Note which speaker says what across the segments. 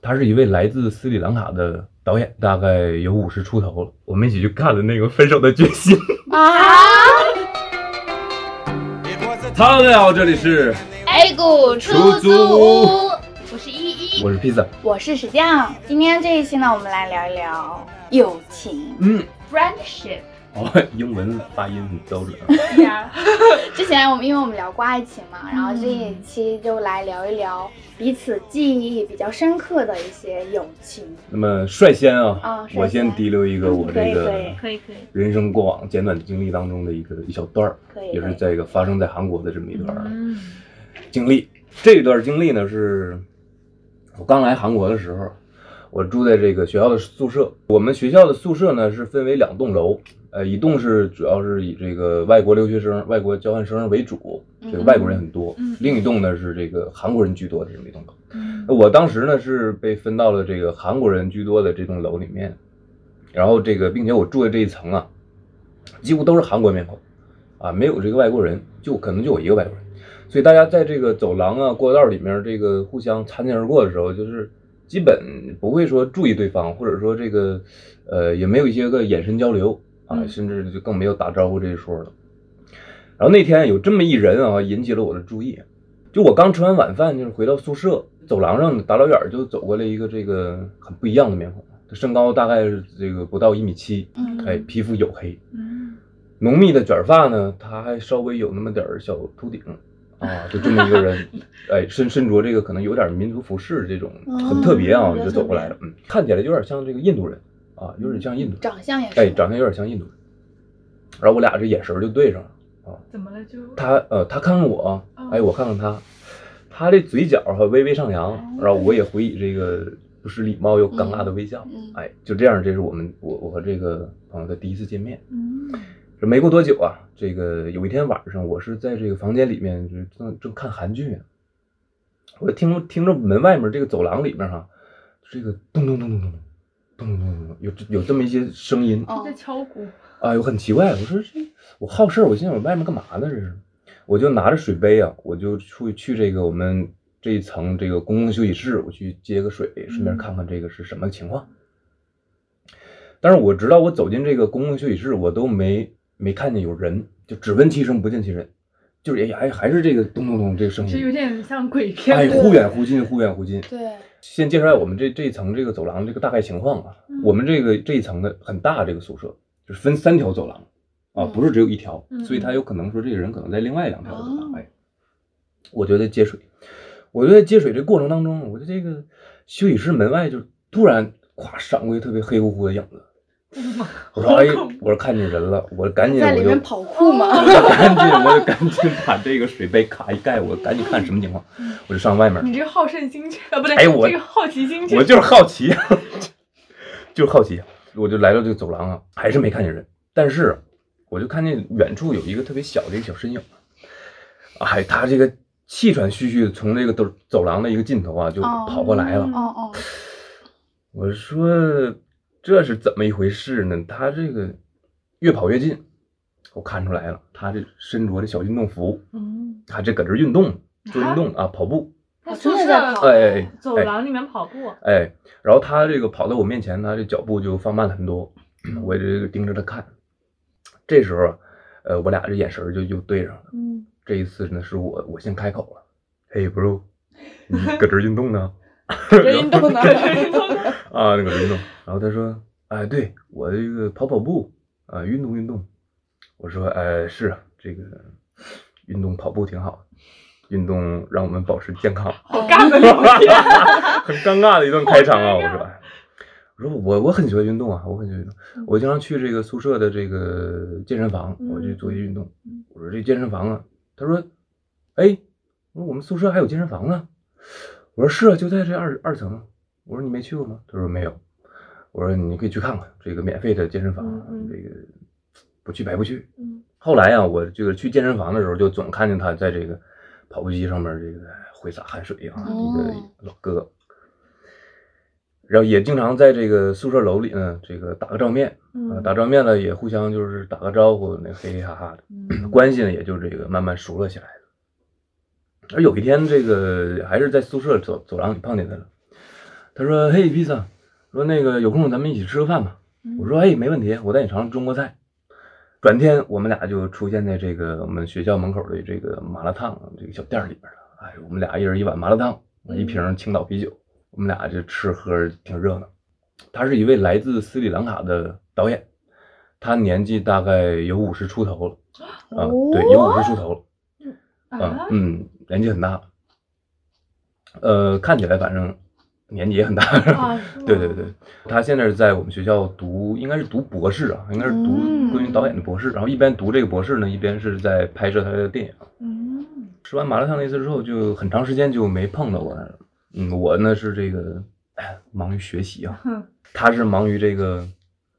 Speaker 1: 他是一位来自斯里兰卡的导演，大概有五十出头了。我们一起去看的那个《分手的决心》。
Speaker 2: 啊！
Speaker 1: Hello，大家好，这里是
Speaker 2: A 股出租屋，我是依依，
Speaker 1: 我是披萨。
Speaker 2: 我是石匠。今天这一期呢，我们来聊一聊友情
Speaker 1: 嗯，
Speaker 2: （friendship）。
Speaker 1: 哦，英文发音很标准啊。
Speaker 2: 之前我们因为我们聊过爱情嘛，然后这一期就来聊一聊彼此记忆比较深刻的一些友情。
Speaker 1: 那么率先啊，
Speaker 2: 啊率先
Speaker 1: 我先提溜一个我这
Speaker 2: 可
Speaker 1: 个
Speaker 2: 以
Speaker 3: 可以可以，
Speaker 1: 人生过往简短的经历当中的一个一小段儿，
Speaker 2: 可以
Speaker 1: 也
Speaker 2: 可
Speaker 1: 是
Speaker 2: 以
Speaker 1: 在一个发生在韩国的这么一段儿
Speaker 3: 嗯
Speaker 1: 经历。这段经历呢，是我刚来韩国的时候，我住在这个学校的宿舍。我们学校的宿舍呢是分为两栋楼，呃，一栋是主要是以这个外国留学生、外国交换生为主，这个
Speaker 2: 嗯
Speaker 1: 外国人很多；
Speaker 3: 嗯
Speaker 1: 另一栋呢是这个韩国人居多的这么一栋楼。
Speaker 3: 嗯
Speaker 1: 那我当时呢是被分到了这个韩国人居多的这栋楼里面，然后这个并且我住的这一层啊，几乎都是韩国面孔，啊，没有这个外国人，就可能就我一个外国人，所以大家在这个走廊啊、过道里面这个互相擦肩而过的时候，就是基本不会说注意对方，或者说这个呃也没有一些个眼神交流啊，
Speaker 3: 嗯
Speaker 1: 甚至就更没有打招呼这一说了。然后那天有这么一人啊，引起了我的注意。就我刚吃完晚饭，就是回到宿舍，走廊上打老远就走过来一个这个很不一样的面孔，他身高大概是这个不到一米七，
Speaker 2: 嗯
Speaker 1: 哎，皮肤黝黑，
Speaker 3: 嗯
Speaker 1: 浓密的卷发呢，他还稍微有那么点儿小秃顶，啊，就这么一个人，哎，身身着这个可能有点民族服饰这种，很特别啊，
Speaker 3: 哦
Speaker 1: 就走过来了，嗯，看起来有点像这个印度人啊，有点像印度人，
Speaker 2: 长相也是，
Speaker 1: 哎，长相有点像印度人，然后我俩这眼神儿就对上了。
Speaker 3: 怎么了就
Speaker 1: 他呃，他看看我
Speaker 3: 哦，
Speaker 1: 哎，我看看他，他这嘴角还微微上扬，然后我也回以这个不失礼貌又尴尬的微笑，
Speaker 2: 嗯
Speaker 1: 哎，就这样，这是我们我我和这个朋友的第一次见面。
Speaker 3: 嗯
Speaker 1: 这没过多久啊，这个有一天晚上，我是在这个房间里面就是正正看韩剧呢，我听听着门外面这个走廊里面哈、这个咚咚咚咚咚咚咚咚咚咚，有这有这么一些声音，
Speaker 2: 哦
Speaker 3: 就在敲鼓，
Speaker 1: 哎呦，很奇怪，我说这我好事儿，我心想我外面干嘛呢？这是，我就拿着水杯啊，我就去去这个我们这一层这个公共休息室，我去接个水，顺
Speaker 3: 嗯
Speaker 1: 便看看这个是什么情况。但是我直到我走进这个公共休息室，我都没没看见有人，就只闻其声不见其人，就是也还还是这个咚咚咚这个声
Speaker 3: 是有
Speaker 1: 音，
Speaker 3: 点像鬼片。
Speaker 1: 哎，忽远忽近，忽远忽近。
Speaker 2: 对，
Speaker 1: 先介绍一下我们这这一层这个走廊这个大概情况啊。
Speaker 3: 嗯
Speaker 1: 我们这个这一层的很大，这个宿舍就是分三条走廊啊，
Speaker 2: 嗯
Speaker 1: 不是只有一条，
Speaker 3: 嗯
Speaker 1: 所以他有可能说这个人可能在另外两条走廊。
Speaker 2: 哦
Speaker 1: 哎，我就在接水，我就在接水这过程当中，我就这个休息室门外就突然咵闪过一个特别黑乎乎的影子。我说
Speaker 3: 好
Speaker 1: 哎
Speaker 3: 恐，
Speaker 1: 我说看见人了，我赶紧
Speaker 2: 在
Speaker 1: 我
Speaker 2: 里
Speaker 1: 就
Speaker 2: 面跑酷嘛，
Speaker 1: 我就赶紧我就赶紧把这个水杯咔一盖，我赶紧看什么情况，
Speaker 2: 嗯
Speaker 1: 我就上外面了。
Speaker 3: 嗯你这个好胜心切啊，不对，
Speaker 1: 哎我
Speaker 3: 这个好奇心切，
Speaker 1: 我就是好奇，就是好奇，我就来到这个走廊啊，还是没看见人，但是我就看见远处有一个特别小的一个小身影，哎，他这个气喘吁吁地从这个走走廊的一个尽头啊，就
Speaker 2: 哦
Speaker 1: 跑过来了。
Speaker 3: 嗯
Speaker 2: 哦哦，
Speaker 1: 我说这是怎么一回事呢？他这个越跑越近，我看出来了，他这身着的小运动服，
Speaker 3: 嗯，
Speaker 1: 他这搁这运动做运动啊，跑步，
Speaker 3: 他
Speaker 2: 啊
Speaker 3: 宿
Speaker 2: 真的在跑哦
Speaker 3: 舍
Speaker 1: 哎哎哎，
Speaker 3: 走廊里面跑步，
Speaker 1: 哎，然后他这个跑到我面前，他这脚步就放慢了很多，
Speaker 2: 嗯
Speaker 1: 我这个盯着他看。这时候，呃，我俩这眼神儿就就对上了。
Speaker 3: 嗯，
Speaker 1: 这一次呢，是我我先开口了，嘿，bro，你搁这儿运动 呢？
Speaker 2: 运动呢？
Speaker 1: 啊，那个运动。然后他说，哎，对我这个跑跑步啊，运动运动。我说，哎，是啊这个运动跑步挺好的，运动让我们保持健康。
Speaker 3: 好 尬的聊天，
Speaker 1: 很尴尬的一段开场啊！
Speaker 3: 好
Speaker 1: 我
Speaker 3: 尴尬
Speaker 1: 说，哎我说我我很喜欢运动啊，我很喜欢运动
Speaker 3: 嗯，
Speaker 1: 我经常去这个宿舍的这个健身房，
Speaker 3: 嗯
Speaker 1: 我去做一些运动
Speaker 3: 嗯。
Speaker 1: 我说这健身房啊，他说，哎，我说我们宿舍还有健身房呢。我说是啊，就在这二二层。我说你没去过吗？他说没有。我说你可以去看看这个免费的健身房啊，
Speaker 3: 嗯嗯
Speaker 1: 这个不去白不去。
Speaker 3: 嗯
Speaker 1: 后来啊，我这个去健身房的时候，就总看见他在这个跑步机上面这个挥洒汗水啊，
Speaker 2: 哦
Speaker 1: 这个老哥。然后也经常在这个宿舍楼里呢，这个打个照面，啊，
Speaker 3: 嗯，
Speaker 1: 打照面了也互相就是打个招呼，那嘿嘿哈哈的，
Speaker 3: 嗯
Speaker 1: 关系呢也就这个慢慢熟络起来了。而有一天，这个还是在宿舍走走廊里碰见他了，他说：“嘿，披萨，说那个有空咱们一起吃个饭吧。”我说：“哎，没问题，我带你尝尝中国菜。”转天我们俩就出现在这个我们学校门口的这个麻辣烫这个小店里边了。哎，我们俩一人一碗麻辣烫，一瓶青岛啤酒，我们俩就吃喝挺热闹。他是一位来自斯里兰卡的导演，他年纪大概有五十出头了啊，对，有五十出头了。啊，
Speaker 3: 啊，
Speaker 1: 嗯，年纪很大了，呃，看起来反正年纪也很大。
Speaker 3: 啊是吗
Speaker 1: 嗯对对对，他现在是在我们学校读，应该是读博士啊，应该是读
Speaker 2: 嗯
Speaker 1: 关于导演的博士。然后一边读这个博士呢，一边是在拍摄他的电影。
Speaker 3: 嗯，
Speaker 1: 吃完麻辣烫那次之后，就很长时间就没碰到过他了。嗯，我呢是这个哎忙于学习啊，
Speaker 3: 哼
Speaker 1: 他是忙于这个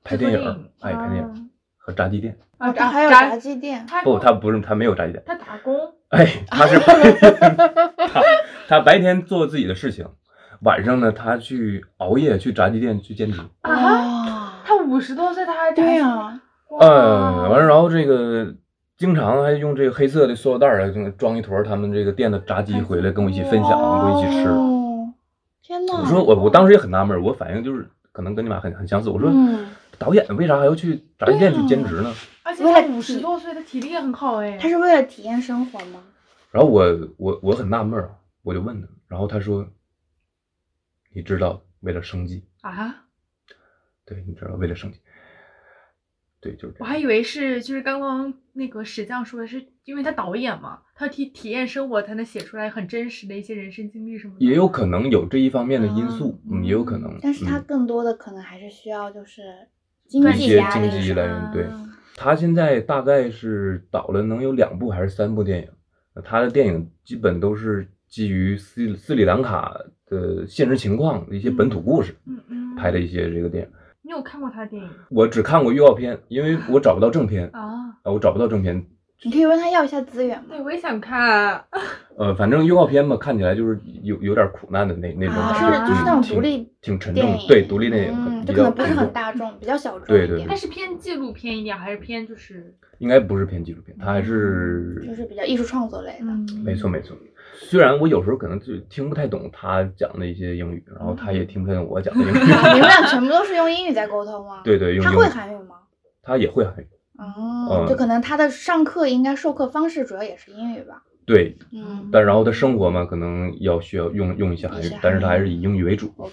Speaker 1: 拍
Speaker 3: 制作
Speaker 1: 电
Speaker 3: 电
Speaker 1: 影
Speaker 3: 影，
Speaker 1: 哎拍电
Speaker 3: 啊
Speaker 1: 影和炸鸡店。
Speaker 3: 啊，
Speaker 2: 这
Speaker 3: 炸
Speaker 2: 还有炸鸡店，
Speaker 3: 他
Speaker 1: 不，他不是他没有炸鸡店，
Speaker 3: 他打工，
Speaker 1: 哎，他是白天他他白天做自己的事情，晚上呢他去熬夜去炸鸡店去兼职。
Speaker 3: 啊，
Speaker 2: 啊，
Speaker 3: 他五十多岁他还
Speaker 2: 对
Speaker 3: 呀，
Speaker 2: 啊，
Speaker 3: 哇
Speaker 1: 嗯，完了，然后这个经常还用这个黑色的塑料袋儿啊装一坨儿他们这个店的炸鸡回来跟我一起分享，跟我一起吃。
Speaker 2: 哦，天呐，
Speaker 1: 我说我我当时也很纳闷儿，我反应就是可能跟你妈很很相似。我说、
Speaker 2: 嗯
Speaker 1: 导演为啥还要去炸鸡店去兼职呢？
Speaker 3: 而且
Speaker 2: 为
Speaker 3: 他
Speaker 2: 了
Speaker 3: 五十
Speaker 2: 体
Speaker 3: 多岁，他体力也很好哎。
Speaker 2: 他是为了体验生活吗？
Speaker 1: 然后我我我很纳闷儿啊，我就问他，然后他说，你知道为了生计，
Speaker 3: 啊，
Speaker 1: 对，你知道为了生计，对，就是这
Speaker 3: 我
Speaker 1: 样。
Speaker 3: 还以为是就是刚刚那个史酱说的是，因为他导演嘛，他体体验生活才能写出来很真实的一些人生经历什么的。
Speaker 1: 也有可能有这一方面的因素，
Speaker 3: 嗯
Speaker 1: 嗯，也有可能。
Speaker 2: 但是他
Speaker 1: 嗯
Speaker 2: 更多的可能还是需要就是经
Speaker 1: 一
Speaker 2: 济
Speaker 1: 些
Speaker 2: 压
Speaker 1: 经
Speaker 2: 力
Speaker 1: 济
Speaker 2: 上
Speaker 1: 来
Speaker 3: 啊
Speaker 1: 源对他现在大概是导了能有两部还是三部电影，呃他的电影基本都是基于斯斯里兰卡的现实情况一些本土故事
Speaker 3: 嗯嗯，
Speaker 1: 拍的一些这个电影。
Speaker 3: 你有看过他的电影
Speaker 1: 我只看过预告片，因为我找不到正片
Speaker 2: 哦
Speaker 3: 啊？
Speaker 1: 啊，我找不到正片。
Speaker 2: 你可以问他要一下资源吗？
Speaker 3: 对，我也想看。啊
Speaker 1: 呃，反正预告片嘛，看起来就是有有点苦难的那那种
Speaker 2: 啊，
Speaker 1: 感
Speaker 2: 是
Speaker 1: 觉，
Speaker 2: 就是那
Speaker 1: 嗯
Speaker 2: 种
Speaker 1: 挺
Speaker 2: 独立
Speaker 1: 挺沉重
Speaker 2: 电
Speaker 1: 的
Speaker 2: 影，，
Speaker 1: 对独立电影，
Speaker 2: 嗯，
Speaker 1: 比较
Speaker 2: 就可能不是
Speaker 1: 沉
Speaker 2: 很
Speaker 1: 重
Speaker 2: 大众，比较小众
Speaker 1: 对
Speaker 2: 一
Speaker 1: 对
Speaker 2: 点
Speaker 3: 它，是偏纪录片一点，还是偏就是
Speaker 1: 应该不是偏纪录片，它还是
Speaker 2: 嗯就是比较艺术创作类的。
Speaker 3: 嗯，
Speaker 1: 没错没错。虽然我有时候可能就听不太懂他讲的一些英语，然后他
Speaker 2: 嗯
Speaker 1: 也听不太懂我讲的英语。
Speaker 2: 你们俩啊全部都是用英语在沟通吗？，
Speaker 1: 对对，用
Speaker 2: 他
Speaker 1: 英语
Speaker 2: 会韩语吗？
Speaker 1: 他也会韩语。
Speaker 2: 哦
Speaker 1: 嗯，
Speaker 2: 就可能他的上课应该授课方式主要也是英语吧。
Speaker 1: 对，
Speaker 2: 嗯
Speaker 1: 但然后他生活嘛，可能要需要用用一些韩
Speaker 2: 也
Speaker 1: 语
Speaker 2: 是韩语，
Speaker 1: 但是他还是以英语为主。
Speaker 2: ，OK，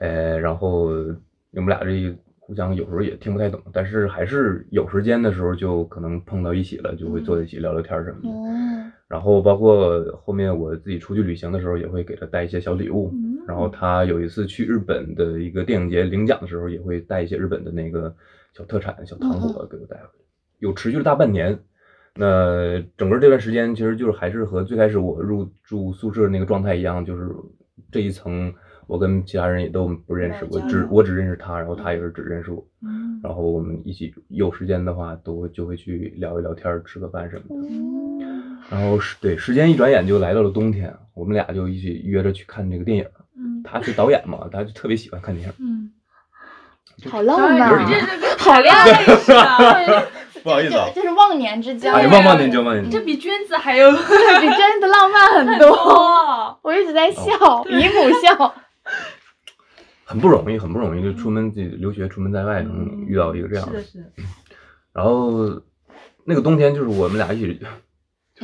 Speaker 1: 呃，然后我们俩这一互相有时候也听不太懂，但是还是有时间的时候就可能碰到一起了，就会坐在一起聊聊天什么的。
Speaker 2: 嗯，
Speaker 1: 然后包括后面我自己出去旅行的时候，也会给他带一些小礼物。
Speaker 3: 嗯，
Speaker 1: 然后他有一次去日本的一个电影节领奖的时候，也会带一些日本的那个小特产、小糖
Speaker 2: 嗯
Speaker 1: 果给我带回来，有持续了大半年。那整个这段时间，其实就是还是和最开始我入住宿舍那个状态一样，就是这一层我跟其他人也都不认识，
Speaker 2: 没有
Speaker 1: 我
Speaker 2: 交
Speaker 1: 只
Speaker 2: 流
Speaker 1: 我只认识他，然后他也是只认识我，
Speaker 3: 嗯
Speaker 1: 然后我们一起有时间的话，都会就会去聊一聊天儿、吃个饭什么的。
Speaker 3: 嗯
Speaker 1: 然后是对时间一转眼就来到了冬天，我们俩就一起约着去看这个电影。
Speaker 3: 嗯
Speaker 1: 他是导演嘛，他就特别喜欢看电影。
Speaker 3: 嗯，
Speaker 2: 好浪
Speaker 1: 导
Speaker 2: 漫
Speaker 1: 演
Speaker 2: 啊，
Speaker 3: 这这好 亮 啊！
Speaker 1: 不好意思啊
Speaker 2: 这，这是忘年之交，
Speaker 1: 哎呀，
Speaker 3: 对
Speaker 1: 忘忘您就忘您
Speaker 3: 这比娟子还有
Speaker 2: 这比真的浪漫很 多。
Speaker 3: 多。
Speaker 2: 我一直在笑，姨母笑。
Speaker 1: 很不容易，很不容易，就出门自己留学，出门在外能
Speaker 2: 嗯
Speaker 1: 遇到一个这样
Speaker 3: 是
Speaker 1: 的
Speaker 3: 的，。是的，
Speaker 1: 然后那个冬天就是我们俩一起，
Speaker 2: 嗯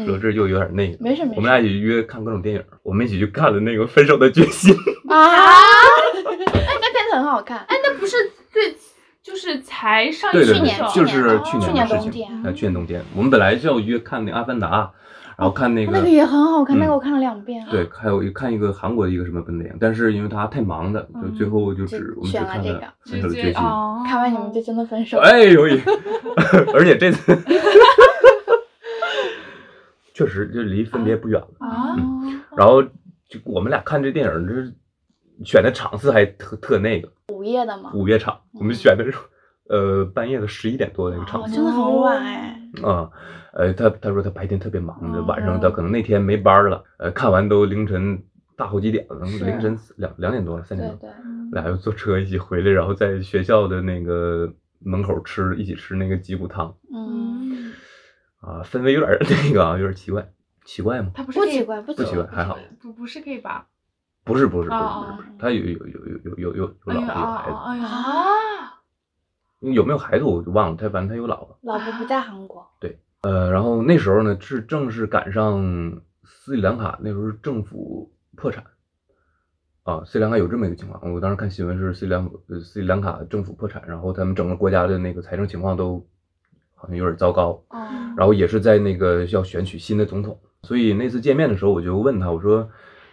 Speaker 1: 说这就有点那个。
Speaker 2: 没事没事
Speaker 1: 我们俩一起约看各种电影，我们一起去看了那个《分手的决心》。
Speaker 2: 啊！哎，那片子很好看，
Speaker 3: 哎，那不是最就是才上
Speaker 1: 对对
Speaker 2: 去年
Speaker 1: 对，就是
Speaker 3: 去
Speaker 1: 去
Speaker 3: 年
Speaker 1: 年的
Speaker 2: 去年
Speaker 1: 事
Speaker 2: 冬
Speaker 1: 情
Speaker 2: 天。
Speaker 1: 那去年冬天，我们本来是要约看那个《阿凡达》，然后看那
Speaker 2: 哦那
Speaker 1: 个
Speaker 2: 个也很好
Speaker 1: 嗯
Speaker 2: 看，那个我看了两遍。
Speaker 1: 对，还有一看一个韩国的一个什么本电影，但是因为他太忙了，就最后就只
Speaker 2: 嗯
Speaker 1: 我们只
Speaker 2: 选了
Speaker 1: 看
Speaker 2: 这
Speaker 1: 了
Speaker 2: 个
Speaker 1: 《分手的决
Speaker 3: 就
Speaker 1: 心》。
Speaker 3: 哦，
Speaker 2: 看完你们就真的分 手了。
Speaker 1: 哎呦喂！ 而且这次 确实就离分别不远了。
Speaker 3: 啊，
Speaker 2: 嗯
Speaker 1: 然后就我们俩看这电影，这选的场次还特特那个
Speaker 2: 午夜的嗯嘛，
Speaker 1: 午夜场，我们选的是呃半夜的十一点多那个场
Speaker 2: 哦
Speaker 1: 次
Speaker 2: 真的很晚哎。
Speaker 1: 啊。呃，他他说他白天特别忙
Speaker 2: 嗯
Speaker 3: 哦
Speaker 1: 的，晚上他可能那天没班了，呃，看完都凌晨大好几点了，
Speaker 2: 是
Speaker 1: 凌晨两两点多了，三
Speaker 2: 对
Speaker 1: 点多，
Speaker 2: 对，
Speaker 3: 嗯
Speaker 1: 俩又坐车一起回来，然后在学校的那个门口吃一起吃那个鸡骨汤。
Speaker 2: 嗯，
Speaker 3: 嗯，
Speaker 1: 啊，氛围有点儿那个啊，有点儿奇怪，奇怪吗？
Speaker 3: 他不是
Speaker 2: 不
Speaker 3: 可以
Speaker 2: 奇怪，不
Speaker 1: 不
Speaker 2: 奇
Speaker 1: 奇怪，还好。
Speaker 3: 不不是 gay 吧？
Speaker 1: 不是不是不是
Speaker 3: 哦
Speaker 1: 不是，他有有有有有有有有
Speaker 3: 哎
Speaker 1: 老婆
Speaker 3: 呀
Speaker 1: 有
Speaker 3: 啊
Speaker 1: 孩子，嗯
Speaker 3: 啊哎呀，
Speaker 2: 啊，
Speaker 1: 有没有孩子我就忘了，他反正他有老婆。
Speaker 2: 老婆不在韩国，
Speaker 1: 呃，然后那时候呢是正是赶上斯里兰卡那时候政府破产，啊，斯里兰卡有这么一个情况，我当时看新闻是斯里兰呃斯里兰卡政府破产，然后他们整个国家的那个财政情况都好像有点糟糕，
Speaker 2: 哦，
Speaker 1: 然后也是在那个要选取新的总统，所以那次见面的时候，我就问他，我说，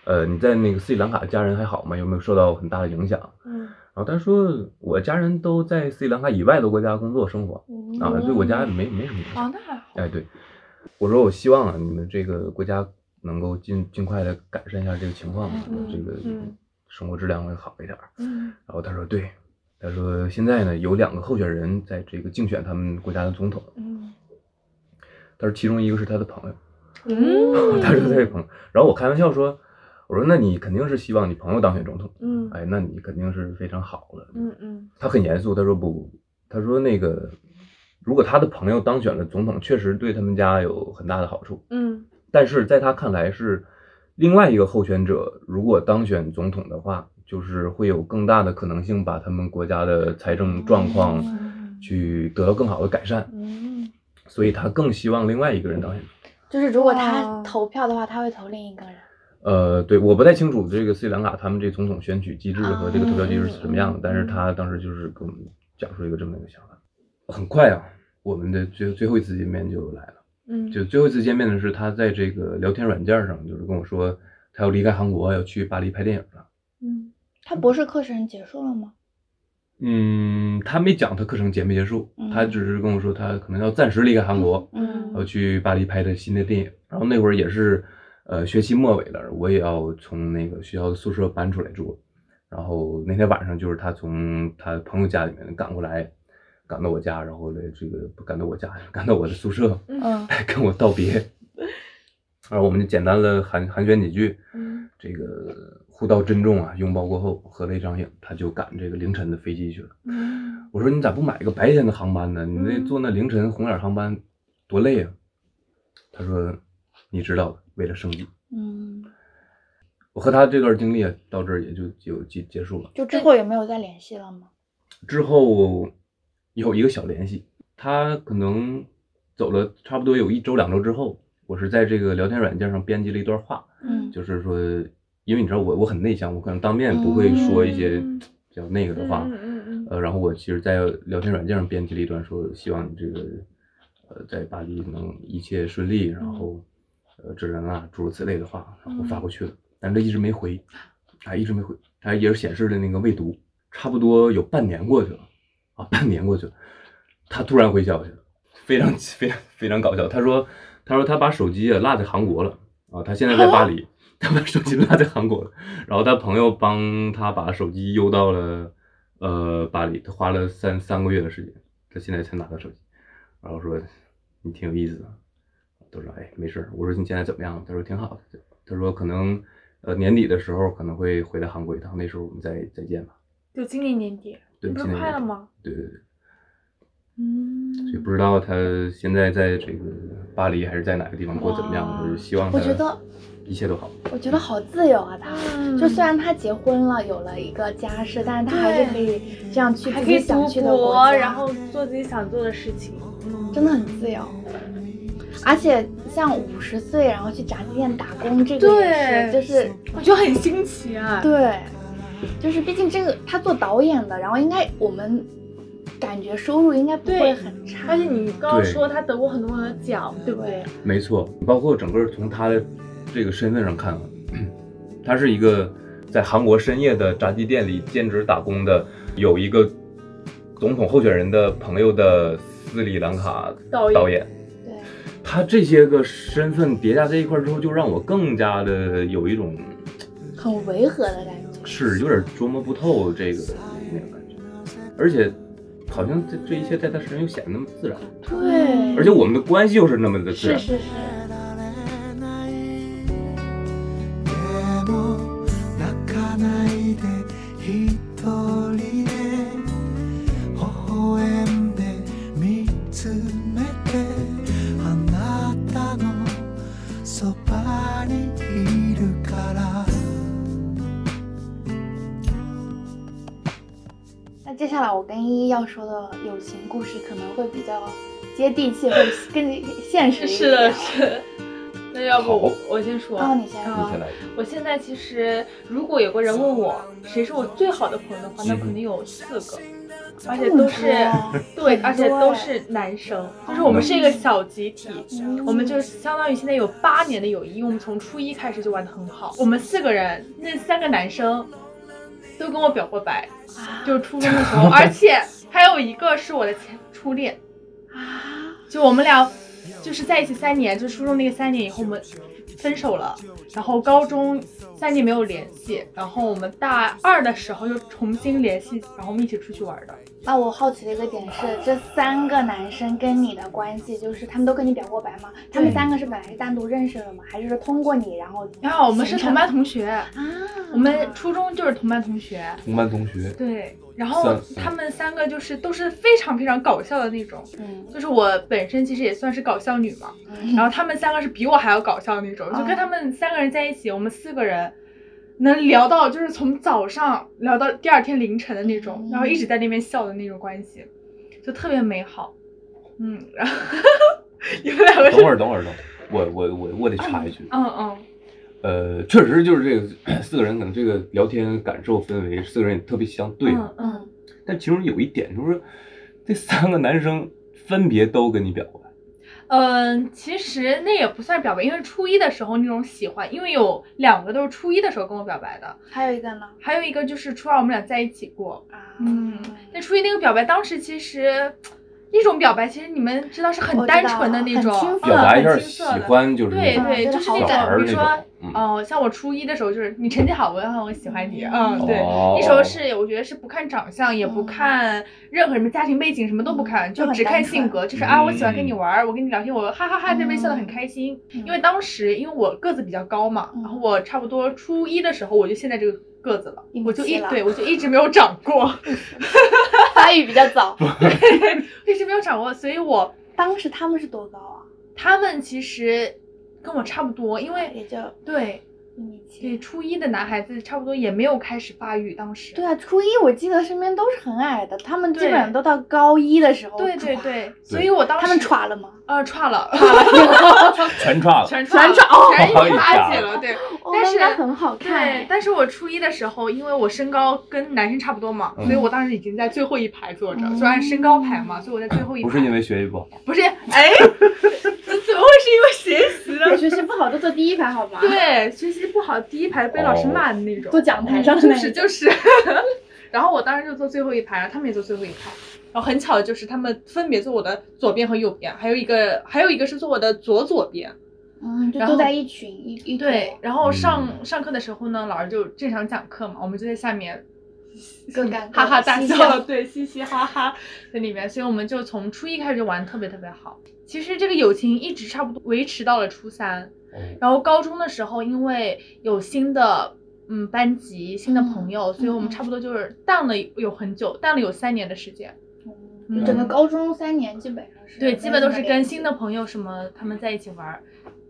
Speaker 1: 呃，你在那个斯里兰卡家人还好吗？有没有受到很大的影响？
Speaker 2: 嗯
Speaker 1: 然后他说，我家人都在斯里兰卡以外的国家工作生活，
Speaker 2: 嗯
Speaker 1: 啊，对我家没没什么影响。
Speaker 3: 哦，那还哦好。
Speaker 1: 哎，对，我说我希望啊，你们这个国家能够尽尽快的改善一下这个情况，啊
Speaker 3: 嗯
Speaker 1: 这个
Speaker 3: 嗯
Speaker 1: 生活质量会好一点儿。
Speaker 3: 嗯
Speaker 1: 然后他说对，他说现在呢有两个候选人在这个竞选他们国家的总统，
Speaker 3: 嗯
Speaker 1: 他说其中一个是他的朋友，
Speaker 3: 嗯
Speaker 1: 他说他的朋友。然后我开玩笑说，我说那你肯定是希望你朋友当选总统，
Speaker 3: 嗯
Speaker 1: 哎，那你肯定是非常好了。
Speaker 3: 嗯嗯
Speaker 1: 他很严肃，他说不不不，他说那个如果他的朋友当选了总统，确实对他们家有很大的好处。
Speaker 3: 嗯
Speaker 1: 但是在他看来是另外一个候选者，如果当选总统的话，就是会有更大的可能性把他们国家的财政状况
Speaker 3: 嗯
Speaker 1: 去得到更好的改善，
Speaker 3: 嗯，
Speaker 1: 所以他更希望另外一个人当选。
Speaker 2: 就是如果他
Speaker 3: 哦
Speaker 2: 投票的话，他会投另一个人。
Speaker 1: 呃，对，我不太清楚这个斯里兰卡他们这总统选举机制和这个投票机制是什么样的
Speaker 3: 嗯，
Speaker 1: 但是他当时就是跟我们讲述一个这么一个想法。很快啊，我们的最最后一次见面就来了。
Speaker 3: 嗯
Speaker 1: 就最后一次见面的是他在这个聊天软件上，就是跟我说他要离开韩国，要去巴黎拍电影了。
Speaker 3: 嗯
Speaker 2: 他博士课程结束了吗？
Speaker 1: 嗯，他没讲他课程结没结束，
Speaker 2: 嗯
Speaker 1: 他只是跟我说他可能要暂时离开韩国，
Speaker 2: 嗯
Speaker 1: 要去巴黎拍的新的电影。然后那会儿也是，呃，学期末尾了，我也要从那个学校的宿舍搬出来住。然后那天晚上就是他从他朋友家里面赶过来，赶到我家，然后来这个不赶到我家，赶到我的宿舍，
Speaker 2: 嗯
Speaker 1: 来 跟我道别。然后我们就简单的寒寒暄几句，
Speaker 3: 嗯
Speaker 1: 这个互道珍重啊，拥抱过后合了一张影，他就赶这个凌晨的飞机去了。
Speaker 3: 嗯
Speaker 1: 我说你咋不买个白天的航班呢？你那
Speaker 3: 嗯
Speaker 1: 坐那凌晨红眼航班多累啊！他说你知道的，为了生计。
Speaker 2: 嗯，
Speaker 1: 我和他这段经历啊，到这儿也就就结结束了。
Speaker 2: 就之后也没有再联系了吗？
Speaker 1: 之后有一个小联系，他可能走了差不多有一周两周之后，我是在这个聊天软件上编辑了一段话，
Speaker 2: 嗯
Speaker 1: 就是说，因为你知道我我很内向，我可能当面不会说一些
Speaker 3: 嗯
Speaker 1: 比较那个的话，
Speaker 3: 嗯嗯嗯
Speaker 1: 呃，然后我其实，在聊天软件上编辑了一段，说希望你这个，呃，在巴黎能一切顺利，然后，呃，指人啊，诸如此类的话，然后发过去了，但这一直没回，啊，一直没回，它也是显示的那个未读，差不多有半年过去了，啊，半年过去了，他突然回消息了，非常 非常非常搞笑，他说，他说他把手机啊落在韩国了，啊，他现在在巴 黎，他把手机落在韩国了，然后他朋友帮他把手机邮到了呃巴黎，他花了三三个月的时间，他现在才拿到手机，然后说你挺有意思的，都说哎没事儿，我说你现在怎么样？他说挺好的，他说可能呃年底的时候可能会回来韩国一趟，那时候我们再再见吧。
Speaker 3: 就今年年底，
Speaker 1: 对，
Speaker 3: 你不
Speaker 1: 现
Speaker 3: 是
Speaker 1: 在
Speaker 3: 快了吗？
Speaker 1: 对对对，
Speaker 3: 嗯，
Speaker 1: 所以不知道他现在在这个巴黎还是在哪个地方过得怎么样，
Speaker 3: 哇
Speaker 1: 就是希望
Speaker 2: 我
Speaker 1: 他
Speaker 2: 觉得
Speaker 1: 一切都好。
Speaker 2: 我觉得好自由啊，他。
Speaker 3: 嗯
Speaker 2: 就虽然他结婚了，有了一个家室，但是他还是可以这样去
Speaker 3: 还
Speaker 2: 自
Speaker 3: 可以
Speaker 2: 己
Speaker 3: 读
Speaker 2: 想去的国
Speaker 3: 博，
Speaker 2: 家，
Speaker 3: 然后做自己想做的事情，嗯
Speaker 2: 真的很自由。而且像五十岁然后去炸鸡店打工，这个也是就
Speaker 3: 对，
Speaker 2: 是
Speaker 3: 我觉得很新奇啊。
Speaker 2: 对，就是毕竟这个他做导演的，然后应该我们感觉收入应该不会
Speaker 3: 对
Speaker 2: 很差
Speaker 3: 而。且你刚刚
Speaker 1: 对
Speaker 3: 说他得过很多的奖，对不对？
Speaker 1: 没错，包括整个从他的这个身份上看啊，他是一个在韩国深夜的炸鸡店里兼职打工的，有一个总统候选人的朋友的斯里兰卡
Speaker 3: 导演
Speaker 1: 导演。
Speaker 2: 对，
Speaker 1: 他这些个身份叠加在一块儿之后，就让我更加的有一种
Speaker 2: 很违和的感觉。
Speaker 1: 是有点琢磨不透这个那个感觉，而且好像这这一切在他身上又显得那么自然，
Speaker 2: 对
Speaker 1: 而且我们的关系又是那么的自
Speaker 2: 是
Speaker 1: 然。
Speaker 2: 是是，
Speaker 4: 대단해 나이 데모 낙하나이 데 히토리 데 호호엠 데 미츠메 데 아나타 노 소파 니 이루 카라
Speaker 2: 那接下来我跟依依要说的友情故事可能会比较接地气，会更现实一点。
Speaker 3: 是的，是的。那要
Speaker 1: 好
Speaker 3: 不我先说？
Speaker 2: 哎哦你先
Speaker 3: 嗯
Speaker 2: 说
Speaker 1: 你先来，
Speaker 3: 我现在其实，如果有个人问我谁是我最好的朋友的话，那
Speaker 1: 嗯
Speaker 3: 肯定有四个，而且都是
Speaker 2: 这么多啊
Speaker 3: 对，
Speaker 2: 很
Speaker 3: 而且
Speaker 2: 多
Speaker 3: 都
Speaker 2: 哎啊
Speaker 3: 是男生，就是我们是一个小集体，
Speaker 2: 嗯
Speaker 3: 我们就是相当于现在有八年的友谊，我们从初一开始就玩的很好。我们四个人，那三个男生都跟我表过白，
Speaker 2: 啊
Speaker 3: 就是初中的时候，而且还有一个是我的前初恋，
Speaker 2: 啊，
Speaker 3: 就我们俩就是在一起三年，就初中那个三年以后我们分手了，然后高中三年没有联系，然后我们大二的时候又重新联系，然后我们一起出去玩的。
Speaker 2: 那我好奇的一个点是，这三个男生跟你的关系，就是他们都跟你表过白吗？他们
Speaker 3: 对
Speaker 2: 三个是本来是单独认识的吗？还是说通过你然后
Speaker 3: 然啊后我们是同班同学，
Speaker 2: 啊？
Speaker 3: 我们初中就是同班同学。
Speaker 1: 同班同 学，
Speaker 3: 对，然后
Speaker 1: 三
Speaker 3: 他们三个就是都是非常非常搞笑的那种，
Speaker 2: 嗯，
Speaker 3: 就是我本身其实也算是搞笑女嘛，
Speaker 2: 嗯
Speaker 3: 然后他们三个是比我还要搞笑的那种，就
Speaker 2: 哦
Speaker 3: 跟他们三个人在一起，我们四个人能聊到就是从早上聊到第二天凌晨的那种
Speaker 2: 嗯，
Speaker 3: 然后一直在那边笑的那种关系，就特别美好。嗯，然后 你们两个
Speaker 1: 等
Speaker 3: 是，
Speaker 1: 会儿等会儿等会儿，我我我我得插一句，
Speaker 3: 嗯嗯，
Speaker 1: 呃，确实就是这个四个人可能这个聊天感受氛围，四个人也特别相对啊，
Speaker 3: 嗯嗯，
Speaker 1: 但其中有一点就是这三个男生分别都跟你表白，
Speaker 3: 嗯，其实那也不算表白，因为初一的时候那种喜欢，因为有两个都是初一的时候跟我表白的，
Speaker 2: 还有一个呢
Speaker 3: 还有一个就是初二我们俩在一起过。
Speaker 2: 啊，
Speaker 3: 嗯，那初一那个表白，当时其实那种表白，其实你们知道是很
Speaker 2: 我知
Speaker 3: 单
Speaker 2: 道
Speaker 3: 纯的
Speaker 2: 很
Speaker 3: 那种，
Speaker 2: 青
Speaker 3: 嗯
Speaker 2: 涩
Speaker 1: 表达一下
Speaker 3: 很青
Speaker 1: 喜
Speaker 3: 涩的。
Speaker 1: 欢就是
Speaker 3: 对
Speaker 1: 那种
Speaker 3: 对，
Speaker 2: 嗯
Speaker 3: 就是
Speaker 2: 就是
Speaker 3: 那
Speaker 1: 小孩
Speaker 3: 种，
Speaker 1: 儿那
Speaker 3: 比如说
Speaker 1: 种，，嗯，
Speaker 3: 哦，像我初一的时候，就是你成绩好，我也很我喜欢你，嗯，对。
Speaker 1: 哦
Speaker 3: 那时候是我觉得是不看长相，也不看任何什么家庭背景，什么都不看，
Speaker 2: 嗯
Speaker 3: 就只看性格，就是啊，我喜欢
Speaker 1: 嗯
Speaker 3: 跟你玩儿，我跟你聊天，我哈哈哈在那边笑得很开心。
Speaker 2: 嗯
Speaker 3: 因为当时因为我个子比较高嘛，
Speaker 2: 嗯
Speaker 3: 然后我差不多初一的时候我就现在这个个子了
Speaker 2: 一，米
Speaker 3: 我就
Speaker 2: 七
Speaker 3: 一
Speaker 2: 了
Speaker 3: 对我就一直没有长过，
Speaker 2: 发育比较早。
Speaker 3: 一直没有长过，所以我
Speaker 2: 当时他们是多高啊？
Speaker 3: 他们其实跟我差不多，因为
Speaker 2: 也就
Speaker 3: 对
Speaker 2: 一米七。
Speaker 3: 对初一的男孩子差不多也没有开始发育，当时
Speaker 2: 对啊，初一我记得身边都是很矮的，他们基
Speaker 3: 对
Speaker 2: 本上都到高一的时候。
Speaker 3: 哦对对，对，所以我当时
Speaker 2: 他们歘了吗？
Speaker 3: 呃歘了。
Speaker 1: 全串了，
Speaker 3: 全穿
Speaker 2: 全穿哦
Speaker 3: 全一米八
Speaker 1: 哎
Speaker 3: 几
Speaker 1: 呀
Speaker 3: 了，对。
Speaker 2: 哦
Speaker 3: 但
Speaker 2: 那
Speaker 3: 是
Speaker 2: 应该很好看哎
Speaker 3: 对，。但是我初一的时候，因为我身高跟男生差不多嘛，
Speaker 1: 嗯
Speaker 3: 所以我当时已经在最后一排坐着，
Speaker 2: 嗯
Speaker 3: 就按身高排嘛，所以我在最后一排。
Speaker 1: 不是因为学习不好，
Speaker 3: 不是， 哎，这怎么会是因为学习呢？
Speaker 2: 我学习不好都坐第一排好吗？
Speaker 3: 对，学习不好，第一排被老
Speaker 1: 哦
Speaker 3: 师骂的那种。哎
Speaker 2: 坐讲台上的
Speaker 3: 就
Speaker 2: 那
Speaker 3: 是
Speaker 2: 一种。
Speaker 3: 就是。 然后我当时就坐最后一排，然后他们也坐最后一排。然后很巧的就是他们分别坐我的左边和右边，还有一个还有一个是坐我的左左边。
Speaker 2: 嗯，就
Speaker 3: 然
Speaker 2: 都
Speaker 3: 后
Speaker 2: 在一群一一
Speaker 3: 对，然后上、
Speaker 1: 嗯
Speaker 3: 上课的时候呢，老师就正常讲课嘛，我们就在下面
Speaker 2: 更尴尬
Speaker 3: 哈哈大
Speaker 2: 嬉
Speaker 3: 笑，
Speaker 2: 笑
Speaker 3: 对，嘻嘻哈哈在里面，所以我们就从初一开始就玩得特别特别好。其实这个友情一直差不多维持到了初三，然后高中的时候因为有新的嗯班级、新
Speaker 2: 嗯
Speaker 3: 的朋友，所以我们差不多就是淡了有很久，淡了有三年的时间。
Speaker 2: 嗯就整个高中三年基本上是
Speaker 3: 对，
Speaker 2: 没
Speaker 3: 基
Speaker 2: 有
Speaker 3: 本都
Speaker 2: 怎么
Speaker 3: 是
Speaker 2: 联
Speaker 3: 跟
Speaker 2: 系
Speaker 3: 新的朋友什么他们在一起玩儿，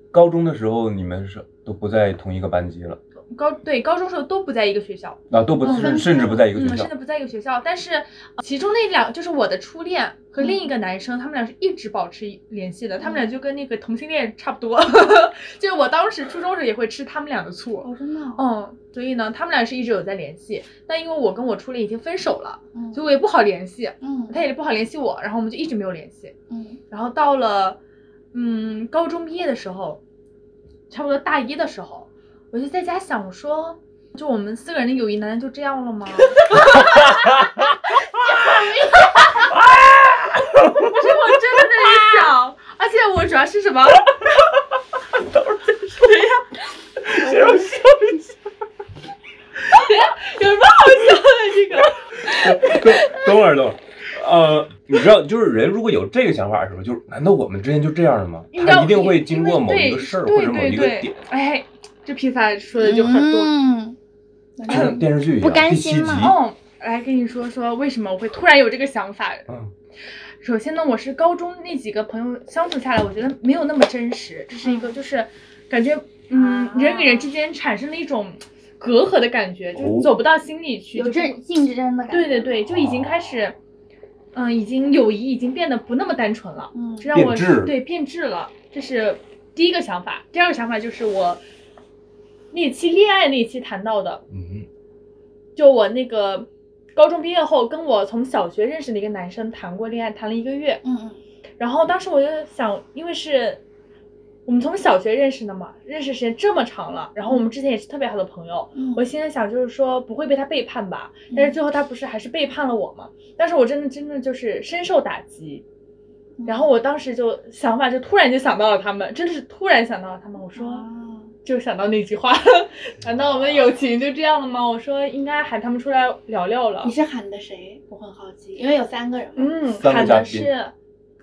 Speaker 1: 高中的时候你们是都不在同一个班级了，
Speaker 3: 高对高中时候都不在一个学校。
Speaker 1: 啊，都不
Speaker 2: 嗯
Speaker 1: 甚甚至不在一个学
Speaker 3: 嗯，
Speaker 1: 校
Speaker 3: 现在，不在一个学校，但是呃其中那两就是我的初恋和另一个男生，他们俩是一直保持联系的，他们俩就跟那个同性恋差不多， 就是我当时初中时也会吃他们俩的醋，
Speaker 2: 哦，真的哦，
Speaker 3: 嗯，所以呢，他们俩是一直有在联系，但因为我跟我初恋已经分手了，
Speaker 2: 嗯
Speaker 3: 所以我也不好联系，
Speaker 2: 嗯
Speaker 3: 他也不好联系我，然后我们就一直没有联系，
Speaker 2: 嗯
Speaker 3: 然后到了嗯高中毕业的时候，差不多大一的时候，我就在家想我说，就我们四个人的友谊难道就这样了吗？ 不是，我真的在那里想，而且我主要是什么？
Speaker 1: 谁让笑
Speaker 3: 有什么好笑的？这
Speaker 1: 等
Speaker 3: 个
Speaker 1: 等会儿，等会儿，呃，你知道，就是人如果有这个想法的时候，就是难道我们之间就这样了吗？
Speaker 3: 你知
Speaker 1: 他
Speaker 3: 道
Speaker 1: 一定
Speaker 3: 因
Speaker 1: 会经
Speaker 3: 因为
Speaker 1: 过某一
Speaker 3: 对
Speaker 1: 个事儿
Speaker 3: 对
Speaker 1: 或者某
Speaker 3: 对
Speaker 1: 一个
Speaker 3: 对
Speaker 1: 点，
Speaker 3: 哎，这披萨说的就很多。嗯
Speaker 2: 嗯，
Speaker 1: 就像电视剧一
Speaker 2: 不
Speaker 1: 样，
Speaker 2: 甘
Speaker 1: 第
Speaker 2: 心
Speaker 1: 七集，
Speaker 2: 嘛
Speaker 3: 哦，来跟你说说为什么我会突然有这个想法。
Speaker 1: 嗯，
Speaker 3: 首先呢，我是高中那几个朋友相处下来，我觉得没有那么真实，这是一个就是感觉，嗯，
Speaker 2: 啊
Speaker 3: 人与人之间产生了一种隔阂的感觉，
Speaker 1: 哦
Speaker 3: 就是走不到心里去。
Speaker 2: 有
Speaker 3: 就是
Speaker 2: 这竞争的感觉。
Speaker 3: 对对对，就已
Speaker 1: 哦
Speaker 3: 经开始，嗯、已经友谊已经变得不那么单纯了，
Speaker 2: 嗯，
Speaker 3: 这让我
Speaker 1: 变质
Speaker 3: 对变质了。这是第一个想法，第二个想法就是我那期恋爱那期谈到的，
Speaker 1: 嗯，
Speaker 3: 就我那个高中毕业后跟我从小学认识的一个男生谈过恋爱，谈了一个月，
Speaker 2: 嗯嗯
Speaker 3: 然后当时我就想，因为是我们从小学认识的嘛，认识时间这么长了，然后我们之前也是特别好的朋友。
Speaker 2: 嗯，
Speaker 3: 我心里想就是说不会被他背叛吧，但是最后他不是还是背叛了我嘛？但是我真的真的就是深受打击，
Speaker 2: 嗯
Speaker 3: 然后我当时就想法就突然就想到了他们，真的是突然想到了他们，我说。
Speaker 2: 哦
Speaker 3: 就想到那句话， 难道我们友情就这样了吗？我说应该喊他们出来聊聊了
Speaker 2: 你。是喊的谁？我很好奇，因为有三个人嘛。
Speaker 3: 嗯，
Speaker 1: 三个
Speaker 3: 喊
Speaker 1: 嘉
Speaker 3: 的
Speaker 1: 宾
Speaker 3: 是